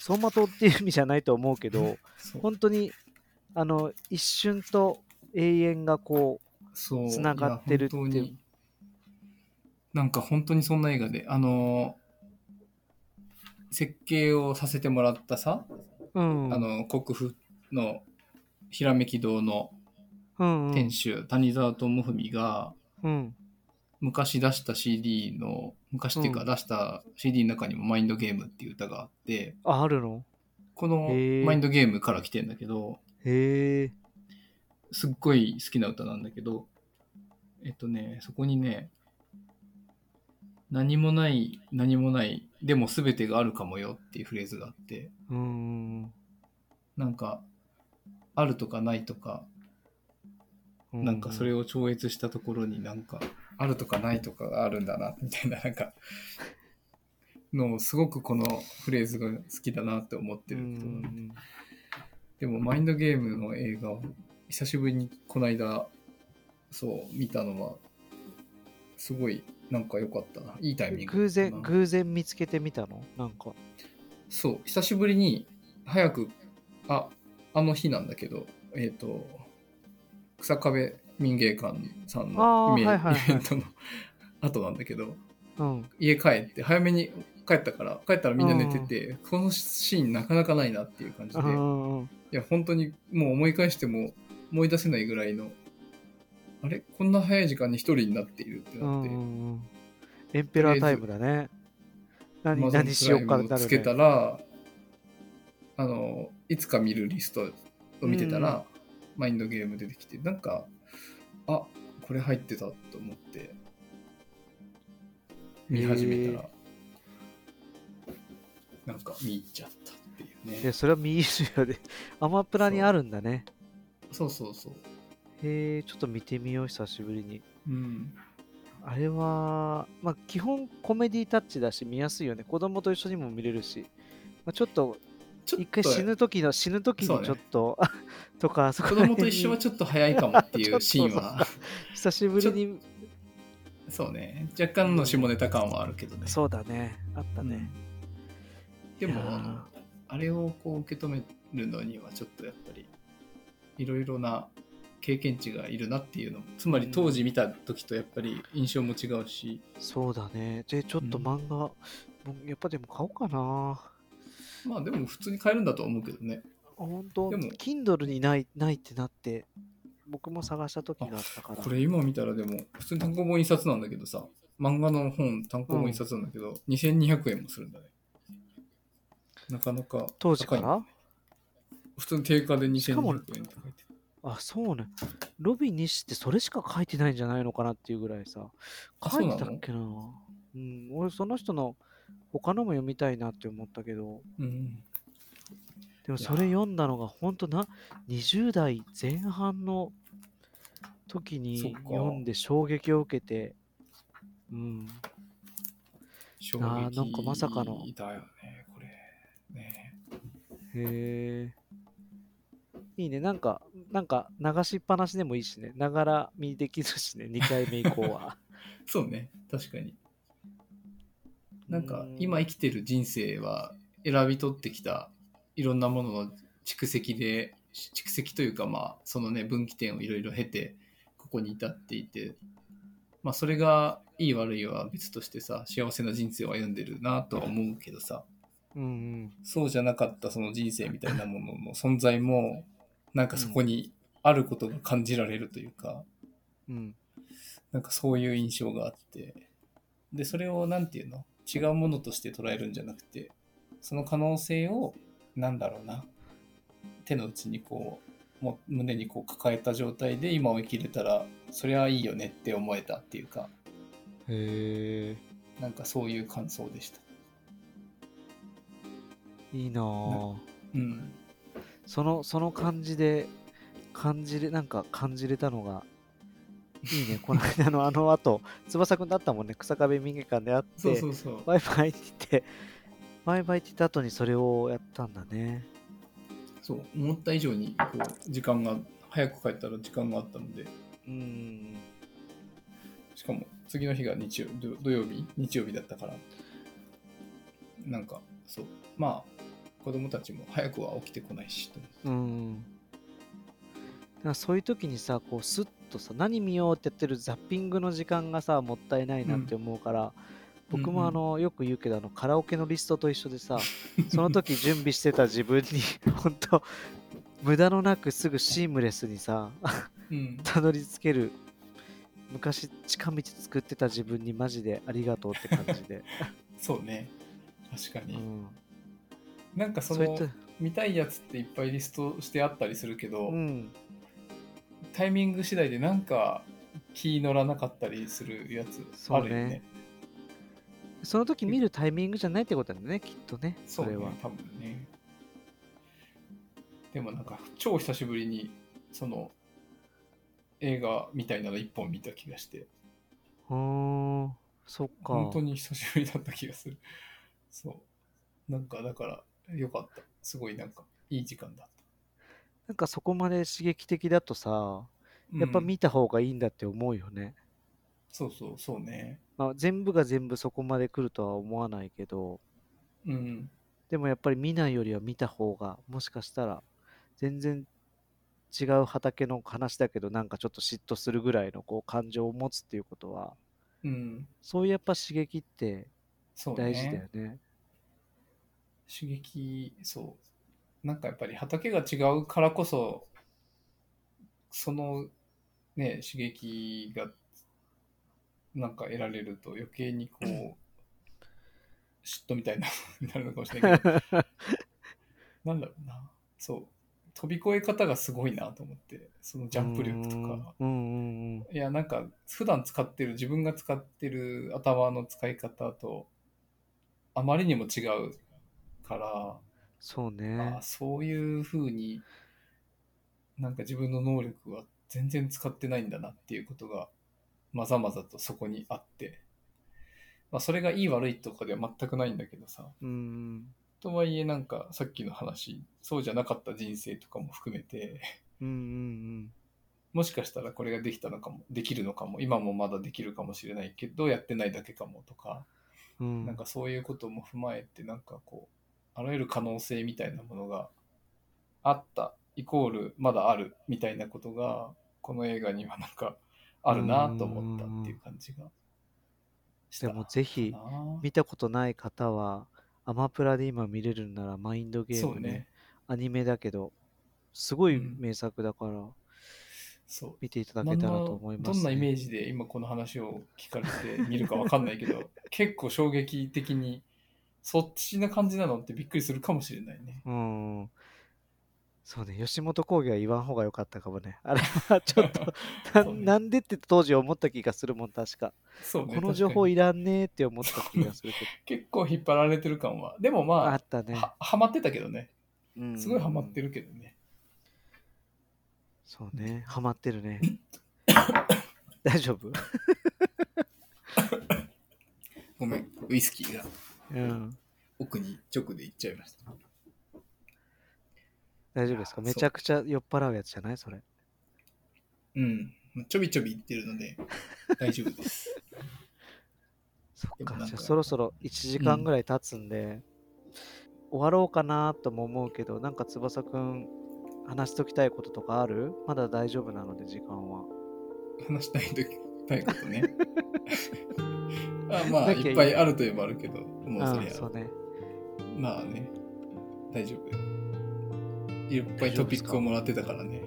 A: 走馬灯っていう意味じゃないと思うけど、
B: そう
A: 本当にあの一瞬と永遠がこ
B: そう
A: 繋がってるって
B: いや本当になんか本当にそんな映画であのー設計をさせてもらったさ、
A: う、うん、
B: あの国府のひらめき堂の
A: うんうん
B: 店主、谷沢智文が
A: うん、
B: 昔出した CD の昔っていう
A: う
B: か
A: ん
B: 出した CD の中にも「マインドゲーム」っていう歌があって
A: あ、あるの
B: この
A: へー
B: 「マインドゲーム」から来てんだけど
A: へえ。
B: すっごい好きな歌なんだけど、えっとね、そこにね、何もない、何もない、でも全てがあるかもよっていうフレーズがあって、
A: うんうん
B: なんか、あるとかないとか、
A: う。
B: なんかそれを超越したところになんか、あるとかないとかがあるんだな、みたいな、なん か、のをすごくこのフレーズが好きだなって思って
A: う
B: る
A: んう
B: ことなんで
A: ん
B: でも、マインドゲームの映画を久しぶりにこの間、そう、見たのは、すごい、なんか良かったな。いいタイ
A: うん
B: ミング
A: 偶
B: だった
A: 然、
B: な。
A: 偶然見つけてみたのなんか。
B: そう、久しぶりに、早く、あ、あの日なんだけど、えっ、と、草壁民芸館さん
A: あ
B: の
A: ー
B: イベ
A: はいはいはい
B: イベントの 後なんだけど、
A: うん。
B: 家帰って、早めに帰ったから、帰ったらみんな寝てて、このシーンなかなかないなっていう感じ
A: う
B: で、
A: んうん
B: いや、本当にもう思い返しても思い出せないぐらいの、あれこんな早い時間に一人になっているって
A: う
B: なっ
A: ん
B: て、
A: うんうん。エンペラータイムだね。何
B: Amazon
A: 何しようか
B: プライ
A: に
B: ム
A: な
B: を
A: る
B: つけ
A: ね
B: た。ら、あの、いつか見るリストを見てたら、マインドゲーム出てきて、なんか、あ、これ入ってたと思って、見始めたら、なんか見入っちゃった。っていうね
A: でそれはミーシュア でアマプラにあるんだね
B: そうそうそう
A: へえちょっと見てみよう久しぶりに
B: うん
A: あれは、まあ、基本コメディタッチだし見やすいよね子供と一緒にも見れるし、まあ、ちょっと
B: ちょっと
A: 一回死ぬ時の死ぬ時に
B: そうね
A: ちょっと、 とかそこ
B: 子
A: ら
B: 供
A: 辺
B: と
A: に
B: 一緒はちょっと早いかもって い
A: ちょっと
B: うシーンは
A: 久しぶりに
B: そうね若干の下ネタ感はあるけどね
A: そうだねあった
B: うん
A: ね、
B: でも
A: いやー
B: あのあれをこう受け止めるのにはちょっとやっぱりいろいろな経験値がいるなっていうのもつまり当時見た時とやっぱり印象も違うし、
A: そうだねでちょっと
B: うん
A: 漫画、僕やっぱでも買おうかな
B: まあでも普通に買えるんだとは思うけどね
A: 本当
B: でも
A: Kindle にないないってなって僕も探した時があったから
B: これ今見たらでも普通に単行本印刷なんだけどさ漫画の本単行本印刷なんだけど、2200円もするんだねなかなか
A: 当時か
B: 高い
A: ら
B: 普通に定価で2200
A: かも
B: 円って書いてある
A: あそうねロビンにしてそれしか書いてないんじゃないのかなっていうぐらいさ
B: あ
A: 書いて
B: そ
A: た
B: うなの
A: っけなうん俺その人の他のも読みたいなって思ったけど
B: うん
A: でも
B: いや
A: それ読んだのが本当な20代前半の時
B: そっ
A: に
B: か
A: 読んで衝撃を受けてうん
B: 衝
A: あーなんかまさかの
B: 撃だよねこれね
A: へえいいねなんかなんか流しっぱなしでもいいしねながら見できるしね2回 目以降は
B: そうね確かに なん
A: う
B: か
A: ん
B: 今生きてる人生は選び取ってきたいろんなものの蓄積でし蓄積というかまあそのね分岐点をいろいろ経てここに至っていてまあそれがいい悪いは別としてさ幸せな人生を歩んでるなとは思うけどさ
A: うんうん
B: そうじゃなかったその人生みたいなものの存在もなんかそこにあることが感じられるというか、
A: うん
B: なんかそういう印象があって、で、それをなんていうの違うものとして捉えるんじゃなくて、その可能性を、なんだろうな、手の内にこう、も胸にこう抱えた状態で今を生きれたら、そりゃいいよねって思えたっていうか、
A: へえ
B: なんかそういう感想でした。
A: いいなぁ
B: うん。
A: そのその感じで感じれなんか感じれたのがい いねこの間のあの後翼くんだったもんね草壁民芸館で会って
B: そうそうそう。
A: バイバイって言ってバイバイって言った後にそれをやったんだね
B: そう、思った以上にこう、時間が、早く帰ったら時間があったので、
A: うん
B: しかも次の日が日曜土土曜日日曜日だったからなんかそうまあ子供たちも早くは起きてこないしと思って
A: うん。だからそういう時にさ、こうスッとさ、何見ようってやってるザッピングの時間がさ、もったいないなって思うから、
B: うん
A: 僕
B: うんうん
A: もあの、よく言うけどあの、カラオケのリストと一緒でさ、その時準備してた自分に、 本当無駄のなくすぐシームレスにさ、
B: うん
A: たどり着ける。昔近道作ってた自分にマジでありがとうって感じ で、
B: そうね確か
A: う
B: に、
A: ん、
B: なんかそ
A: そうい
B: の
A: った
B: 見たいやつっていっぱいリストしてあったりするけど、
A: うん
B: タイミング次第でなんか気乗らなかったりするやつあるよね
A: その時見るタイミングじゃないってことだよねきっとねそ
B: そ
A: う
B: ね
A: れは
B: 多分ねでもなんか超久しぶりにその映画みたいなの一本見た気がして
A: あーそっか
B: 本当に久しぶりだった気がする。そう。なんかだから、よかった。すごいなんか、いい時間だっ
A: なんかそこまで刺激的だとさ
B: た。
A: やっぱ
B: うん
A: 見た方がいいんだって思うよね、
B: そうそう、そうね。
A: まあ、全部が全部そこまで来るとは思わないけど
B: うん。
A: でもやっぱり見ないよりは見た方がもしかしたら全然違う畑の話だけどなんかちょっと嫉妬するぐらいのこう感情を持つっていうことは
B: うん。
A: そういうやっぱ刺激って
B: そうね。
A: 大事だよね
B: 刺激、そう。なんかやっぱり畑が違うからこそ、その、ね、刺激が、なんか得られると余計にこう、嫉妬みたいな になるのかもしれないけど、 なんだろうな。そう。飛び越え方がすごいなと思って、そのジャンプ力とか。
A: うんうんうん
B: いや、なんか、普段使ってる、自分が使ってる頭の使い方と、あまりにも違うから、
A: そう
B: あ
A: ね
B: あ。そういうふうになんか自分の能力は全然使ってないんだなっていうことがまざまざとそこにあって、まあ、それがいい悪いとかでは全くないんだけどさ
A: うん。
B: とはいえなんかさっきの話そうじゃなかった人生とかも含めて
A: うんうんうん。
B: もしかしたらこれができたのかもできるのかも今もまだできるかもしれないけどやってないだけかもとか
A: うん、
B: なんかそういうことも踏まえて、なんかこう、あらゆる可能性みたいなものがあった、イコールまだあるみたいなことが、この映画にはなんかあるなと思ったっていう感じがした
A: でもぜひ
B: かな
A: 見たことない方は、アマプラで今見れるんなら、マインドゲー
B: そ
A: ム
B: う
A: ね、
B: ね。
A: アニメだけど、すごい
B: うん
A: 名作だから、
B: そう。
A: 見ていただけ
B: 何
A: たらと
B: の
A: 思いま
B: ど
A: す、
B: んなイメージで今この話を聞かれて見るかわかんない けど、結構衝撃的に、そっちな感じなのってびっくりするかもしれないね。
A: うん。そうね、吉本興業は言わん方が良かったかもね。あれは ち ょっとな、
B: そうね
A: なんでって当時思った気がするもん、確か。
B: そうね。
A: この
B: 確
A: 情
B: か
A: 報
B: に
A: いらんねーって思った気がするけ
B: 結構引っ張られてる感は。でもま
A: ど。
B: あ
A: あ、ったね。
B: はハマってたけどね
A: うん
B: すごいハマって。るけどね、
A: そうね、ハマってる ね。大丈夫
B: ごめんウイスキーが
A: うん。
B: 奥に直で行っちゃいました
A: 大丈夫ですか
B: そう
A: めちゃくちゃ酔っ払うやつじゃないそれ。
B: うんちょびちょび行ってるの で大丈夫です
A: そっ
B: でも
A: か
B: なん。か
A: じゃあそろそろ1時間ぐらい経つんで、終わろうかなとも思うけど、なんか翼くん、話しときたいこととかあるまだ大丈夫なので、時間は。
B: 話したい時たいこと ねあまあ
A: だっけ
B: いっぱいあるといえばあるけどもうそ
A: うん、
B: り
A: そう
B: ゃ
A: ね。
B: まあね大丈夫よいっぱいトピックをもらってたから ね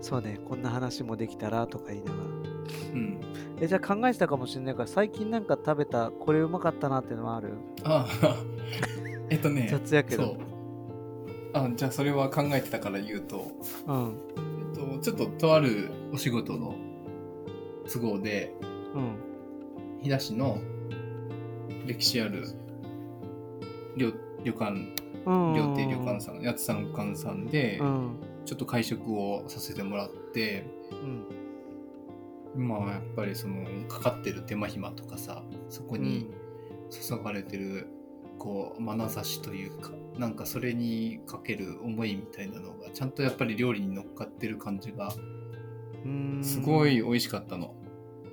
A: そうね、こんな話もできたらとか言いながら。
B: うん
A: え、じゃあ考えてたかもしれないから、最近なんか食べた、これうまかったなってのはある
B: ああ えっとね
A: 雑やけ
B: そ
A: ど
B: う。あじゃあそれは考えてたから言うと
A: うん。
B: えっと、ちょっととあるお仕事の都合で
A: うん。
B: 飛騨市の歴史ある旅旅館
A: うん。
B: 料亭旅館さん八つさん館さんで
A: うん。
B: ちょっと会食をさせてもらって
A: うん。
B: 今はやっぱりそのかかってる手間暇とかさそこ
A: う
B: に
A: ん。
B: 注がれてるこう眼差しというかなんかそれにかける思いみたいなのがちゃんとやっぱり料理に乗っかってる感じが
A: うん
B: すごい。美味しかったの。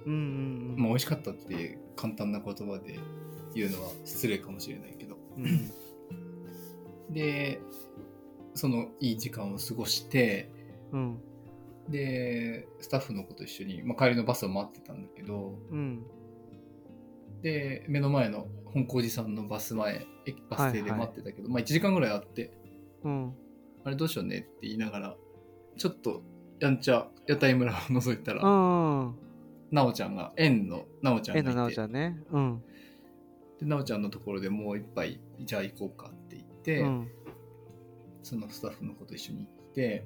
A: うんうんうん。
B: まあ、美味しかったって簡単な言葉で言うのは失礼かもしれないけど
A: うん。
B: でそのいい時間を過ごして
A: うん。
B: でスタッフの子と一緒に、まあ、帰りのバスを待ってたんだけど
A: うん。
B: で目の前の本光寺さんのバス前駅バス停で待ってたけど、まあ、1時間ぐらいあって
A: うん。
B: あれどうしようねって言いながらちょっとやんちゃ屋台村を覗いたら、
A: うん。
B: なおちゃんが園のなおちゃ
A: え
B: ん
A: のな
B: が
A: お
B: い
A: ち
B: て
A: ゃんね。うん。
B: でなおちゃんのところでもう一杯じゃあ行こうかって言って。
A: うん。
B: そのスタッフの子と一緒に行って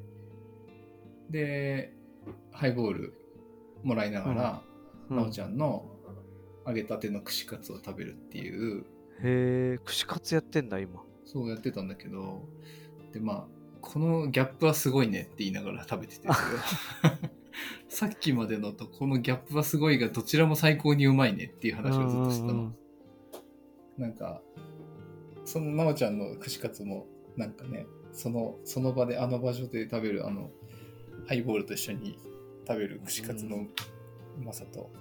B: でハイボールもらいながら、
A: う
B: なお
A: ん
B: ちゃんの揚げたての串カツを食べるっていう
A: へえ、串カツやってんだ、今。
B: そうやってたんだけどでまあこのギャップはすごいねって言いながら食 べててさっきまでのとこのギャップはすごいがどちらも最高にうまいねっていう話をずっとし
A: う
B: てた
A: んう
B: の
A: ん
B: なんかそのなおちゃんの串カツもなんかねそのその場であの場所で食べるあのハイボールと一緒に食べる串カツの
A: う
B: うまさと、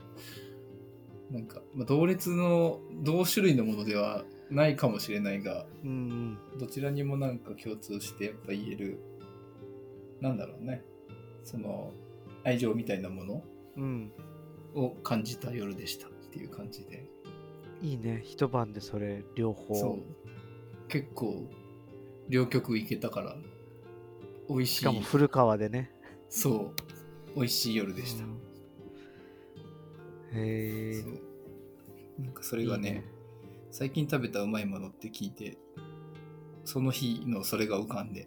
B: なんか、まあ、同列の同種類のものではないかもしれないが
A: うんうん。
B: どちらにもなんか共通してやっぱ言えるなんだろうねその愛情みたいなもの
A: うん。
B: を感じた夜でしたっていう感じで
A: いいね、一晩でそれ、両方。
B: そう結構両極いけたから美味しい
A: しかも古川でね。
B: そう美味しい夜でした、
A: うんへえ
B: そ。うなんかそれがね
A: いいね
B: 最近食べたうまいものって聞いてその日のそれが浮かんで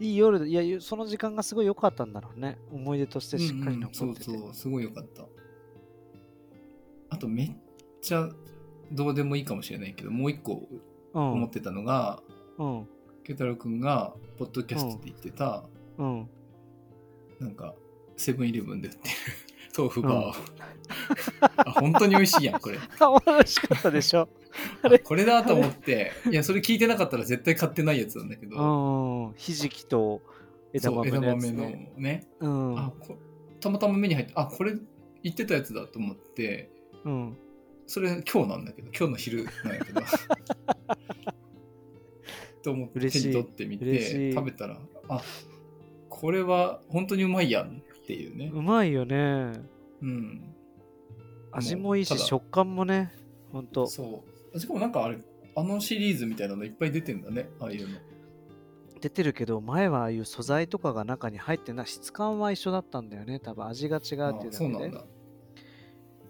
A: いい夜で、いや、ゆその時間がすごい良かったんだろうね。思い出としてしっかり残ってて。
B: うんうんそうそうすごい良かったあとめっちゃどうでもいいかもしれないけどもう一個
A: う
B: 思っ
A: ん
B: てたのが
A: うん
B: 慶太郎くんがポッドキャストで言ってた、
A: うん
B: なんかセブンイレブンで 売ってる豆腐バーを、あ本当に美味しいやんこれ
A: あ美味しかったでし ょあれ
B: これだと思っていやそれ聞いてなかったら絶対買ってないやつなんだけど、
A: うんひじきと枝
B: そう
A: 豆
B: 枝
A: のやつ
B: 豆の
A: ね
B: ね
A: うん
B: あこたまたま目に入ってあこれ言ってたやつだと思って
A: うん
B: それ今日なんだけど今日の昼なんやけ どと思って
A: 嬉
B: 手
A: しい
B: に取ってみ
A: 嬉してい
B: 食べたらあこれは本当にうまいやんっていうね
A: うまいよね
B: うん
A: 味もいい
B: も
A: し
B: うただ
A: 食感もねほんと
B: そうしかもなんかあれあのシリーズみたいなのいっぱい出てんだねああいうの
A: 出てるけど前はああいう素材とかが中に入ってない質感は一緒だったんだよね多分味が違うっていうだ
B: あ
A: けで
B: そうなんだ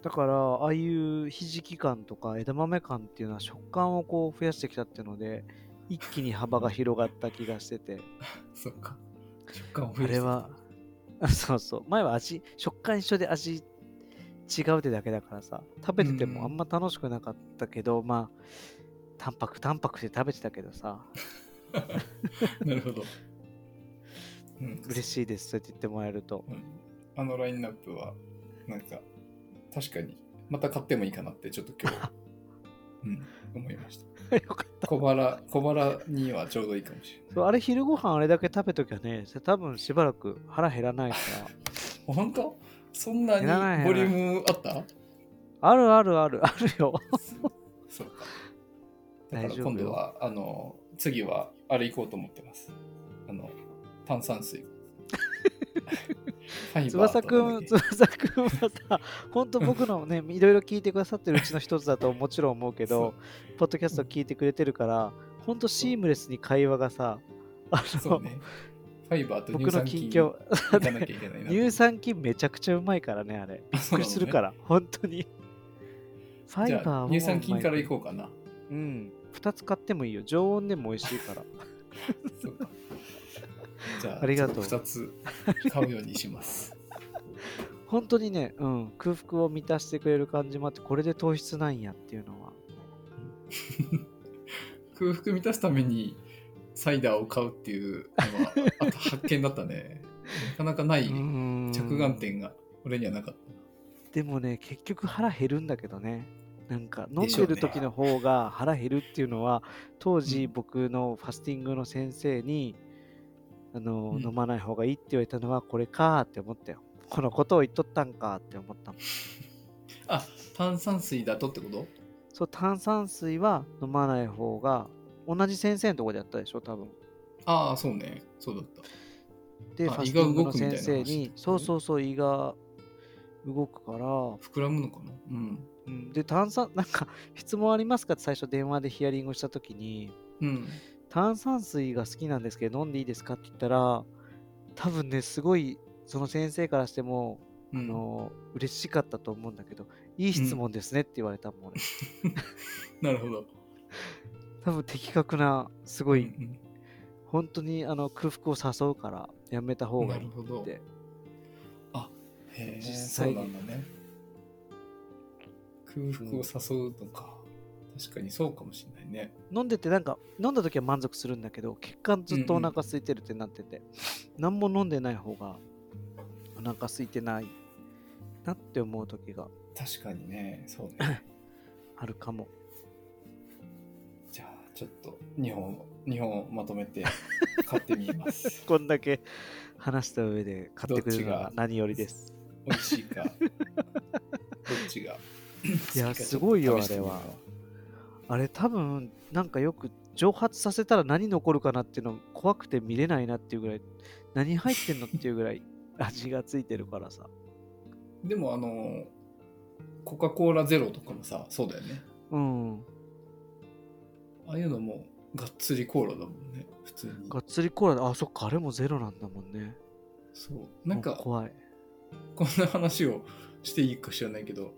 A: だからああいうひじき感とか枝豆感っていうのは食感をこう増やしてきたっていうので一気に幅が広がった気がしてて
B: そっか食感を
A: あ
B: 増やして
A: れは あそうそう前は味食感一緒で味違うってだけだからさ食べてて
B: うん
A: もあんま楽しくなかったけど、まあ淡白淡白して食べてたけどさ
B: なるほど、うん、
A: 嬉しいですそうやって言ってもらえると
B: うんあのラインナップは、なんか、確かに、また買ってもいいかなって、ちょっと今 日、うん、思いました。
A: よかった
B: 小腹、小腹にはちょうどいいかもしれ
A: そうあれ昼ご飯あれだけ食べときゃね多分しばらく腹減らないから
B: ない。本当そんなに
A: いらない
B: ボリュームあった
A: あるあるあるあるよ
B: そうか。だか
A: 大
B: ら
A: 丈夫よ
B: 今度は、あの、次は、あれ行こうと思ってます。あの、炭 酸水。ファイバー
A: 翼
B: と
A: く
B: なんだっ
A: ん
B: け
A: 翼くんはさ本当僕の ねいろいろ聞いてくださってるうちの一つだともちろん思うけどポッドキャスト聞いてくれてるから本当シームレスに会話がさあ
B: そ
A: の、
B: うね。ファイバーと
A: 僕
B: 乳
A: の
B: 酸
A: 近
B: 菌いか
A: 況
B: なきゃいけない な。
A: 乳酸菌めちゃくちゃうまいからねあれび
B: び
A: っくりする から、本当にファイ
B: じ
A: バー
B: ゃ
A: も
B: あ
A: うまい
B: 乳酸菌からいこうかな。
A: うん2つ買ってもいいよ常温でも美味しいから
B: そう かじゃあ
A: ありがとう
B: 2つ買うようにします。
A: 本当にね、うん、空腹を満たしてくれる感じもあってこれで糖質なんやっていうのは
B: 空腹満たすためにサイダーを買うっていうのはあと発見だっ たね。なかなかない着
A: 着
B: 眼点が俺にはなかっ
A: でもね結局腹減るんだけどねなんか飲ん
B: でしょ
A: で
B: うね
A: る時の方が腹減るっていうのは当時
B: うん
A: 僕のファスティングの先生に、あの
B: うん
A: 飲まない方がいいって言われたのはこれかーって思ったよこのことを言っとったんかーって思ったもん
B: た。あ炭酸水だとってこと
A: そう炭酸水は飲まない方が同じ先生のところでやったでしょ多分
B: ああそうねそうだった。
A: で
B: あ
A: ファスティングの
B: 胃が動くみたいな
A: 先
B: 話
A: 生にそうそうそう胃が動くから、
B: 膨らむのかなうん。
A: うん、で炭酸 なんか質問ありますかって最初電話でヒアリングした時に
B: うん、
A: 炭酸水が好きなんですけど飲んでいいですかって言ったら多分ねすごいその先生からしても、
B: うん、
A: あの嬉しかったと思うんだけどいい質問ですねって言われたもん、俺
B: なるほど。
A: 多分的確なすごい、
B: うん
A: 本当にあの空腹を誘うからやめた
B: う
A: 方
B: ん、
A: が
B: な
A: い
B: いる
A: っ
B: ほど
A: て。
B: あへえ
A: 実
B: そう
A: 際
B: なんだね。空腹を誘うのか。確かにそうかもしれないね。
A: 飲んでてなんか飲んだ時は満足するんだけど血管ずっとお腹空いてるってなってて、何も飲んでない方がお腹空いてないなって思う時が
B: 確かにねそうね
A: あるかも
B: じゃあちょっと日本を日本をまとめ て買ってみます
A: こんだけ話した上で買ってくれるの
B: どっ
A: が
B: ちが
A: 何よりです
B: 美味しい かどっちが
A: いや
B: 好きか
A: すごいよ
B: ちょっと試してみよう
A: あれはあれ多分なんかよく蒸発させたら何残るかなっていうの怖くて見れないなっていうぐらい何入ってんのっていうぐらい味がついてるからさ
B: でもあのコカ・コーラゼロとかもさそうだよね
A: うん
B: ああいうのもがっつりコーラだもんね普通に
A: がっつりコーラであそっかあれもゼロなんだもんね
B: そうなんか
A: もう怖い
B: こんな話をしていいか知らないけど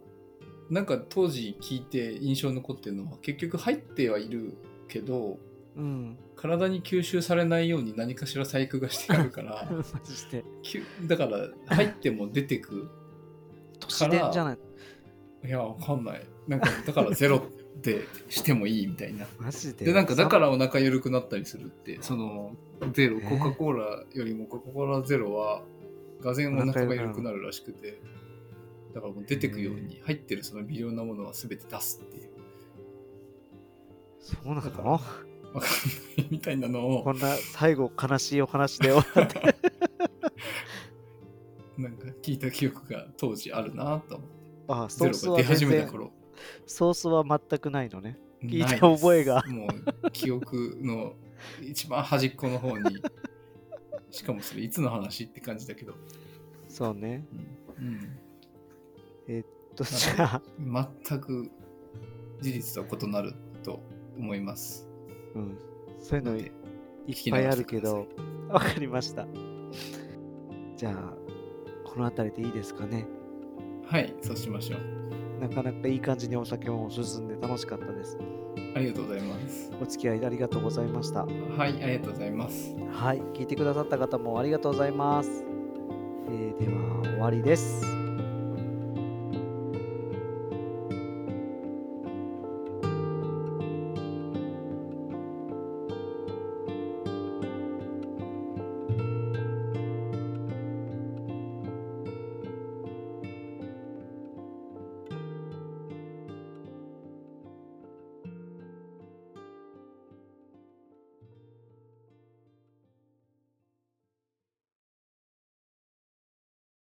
B: なんか当時聞いて印象に残ってるのは結局入ってはいるけど
A: うん
B: 体に吸収されないように何かしら細工がしてあるから
A: マジで
B: きゅだから入っても出てく
A: 都市伝じゃない
B: いやわかんないなんかだからゼロでしてもいいみたいな
A: マジ で
B: でなんかだからお腹緩くなったりするってそのゼロ
A: え
B: コ
A: ー
B: カ・コーラよりもコカ・コーラゼロはがぜんお腹が緩くなるらしくてだからもう出てくように入ってるその微量なものは全て出すっていう
A: そうな
B: だから
A: の
B: わかんないみたいなのを
A: こんな最後悲しいお話で 終わって
B: なんか聞いた記憶が当時あるなと思って
A: あソ
B: ゼ
A: ース
B: ロ
A: は
B: が出始
A: 全
B: めた
A: 然
B: 頃
A: ソースは全くないのね聞いた
B: ないです
A: 覚えが
B: もう記憶の一番端っこの方にしかもそれいつの話って感じだけど、
A: そうね
B: うん
A: どっちか
B: うん全く事実とは異なると思います
A: うんそういうのい
B: で
A: いっぱいあるけど
B: 聞
A: わかりましたじゃあこの辺りでいいですかね
B: はいそうしましょう
A: なかなかいい感じにお酒も進んで楽しかったです
B: ありがとうございます
A: お付き合いありがとうございました
B: はいありがとうございます
A: はい、聞いてくださった方もありがとうございます。えーでは、終わりです。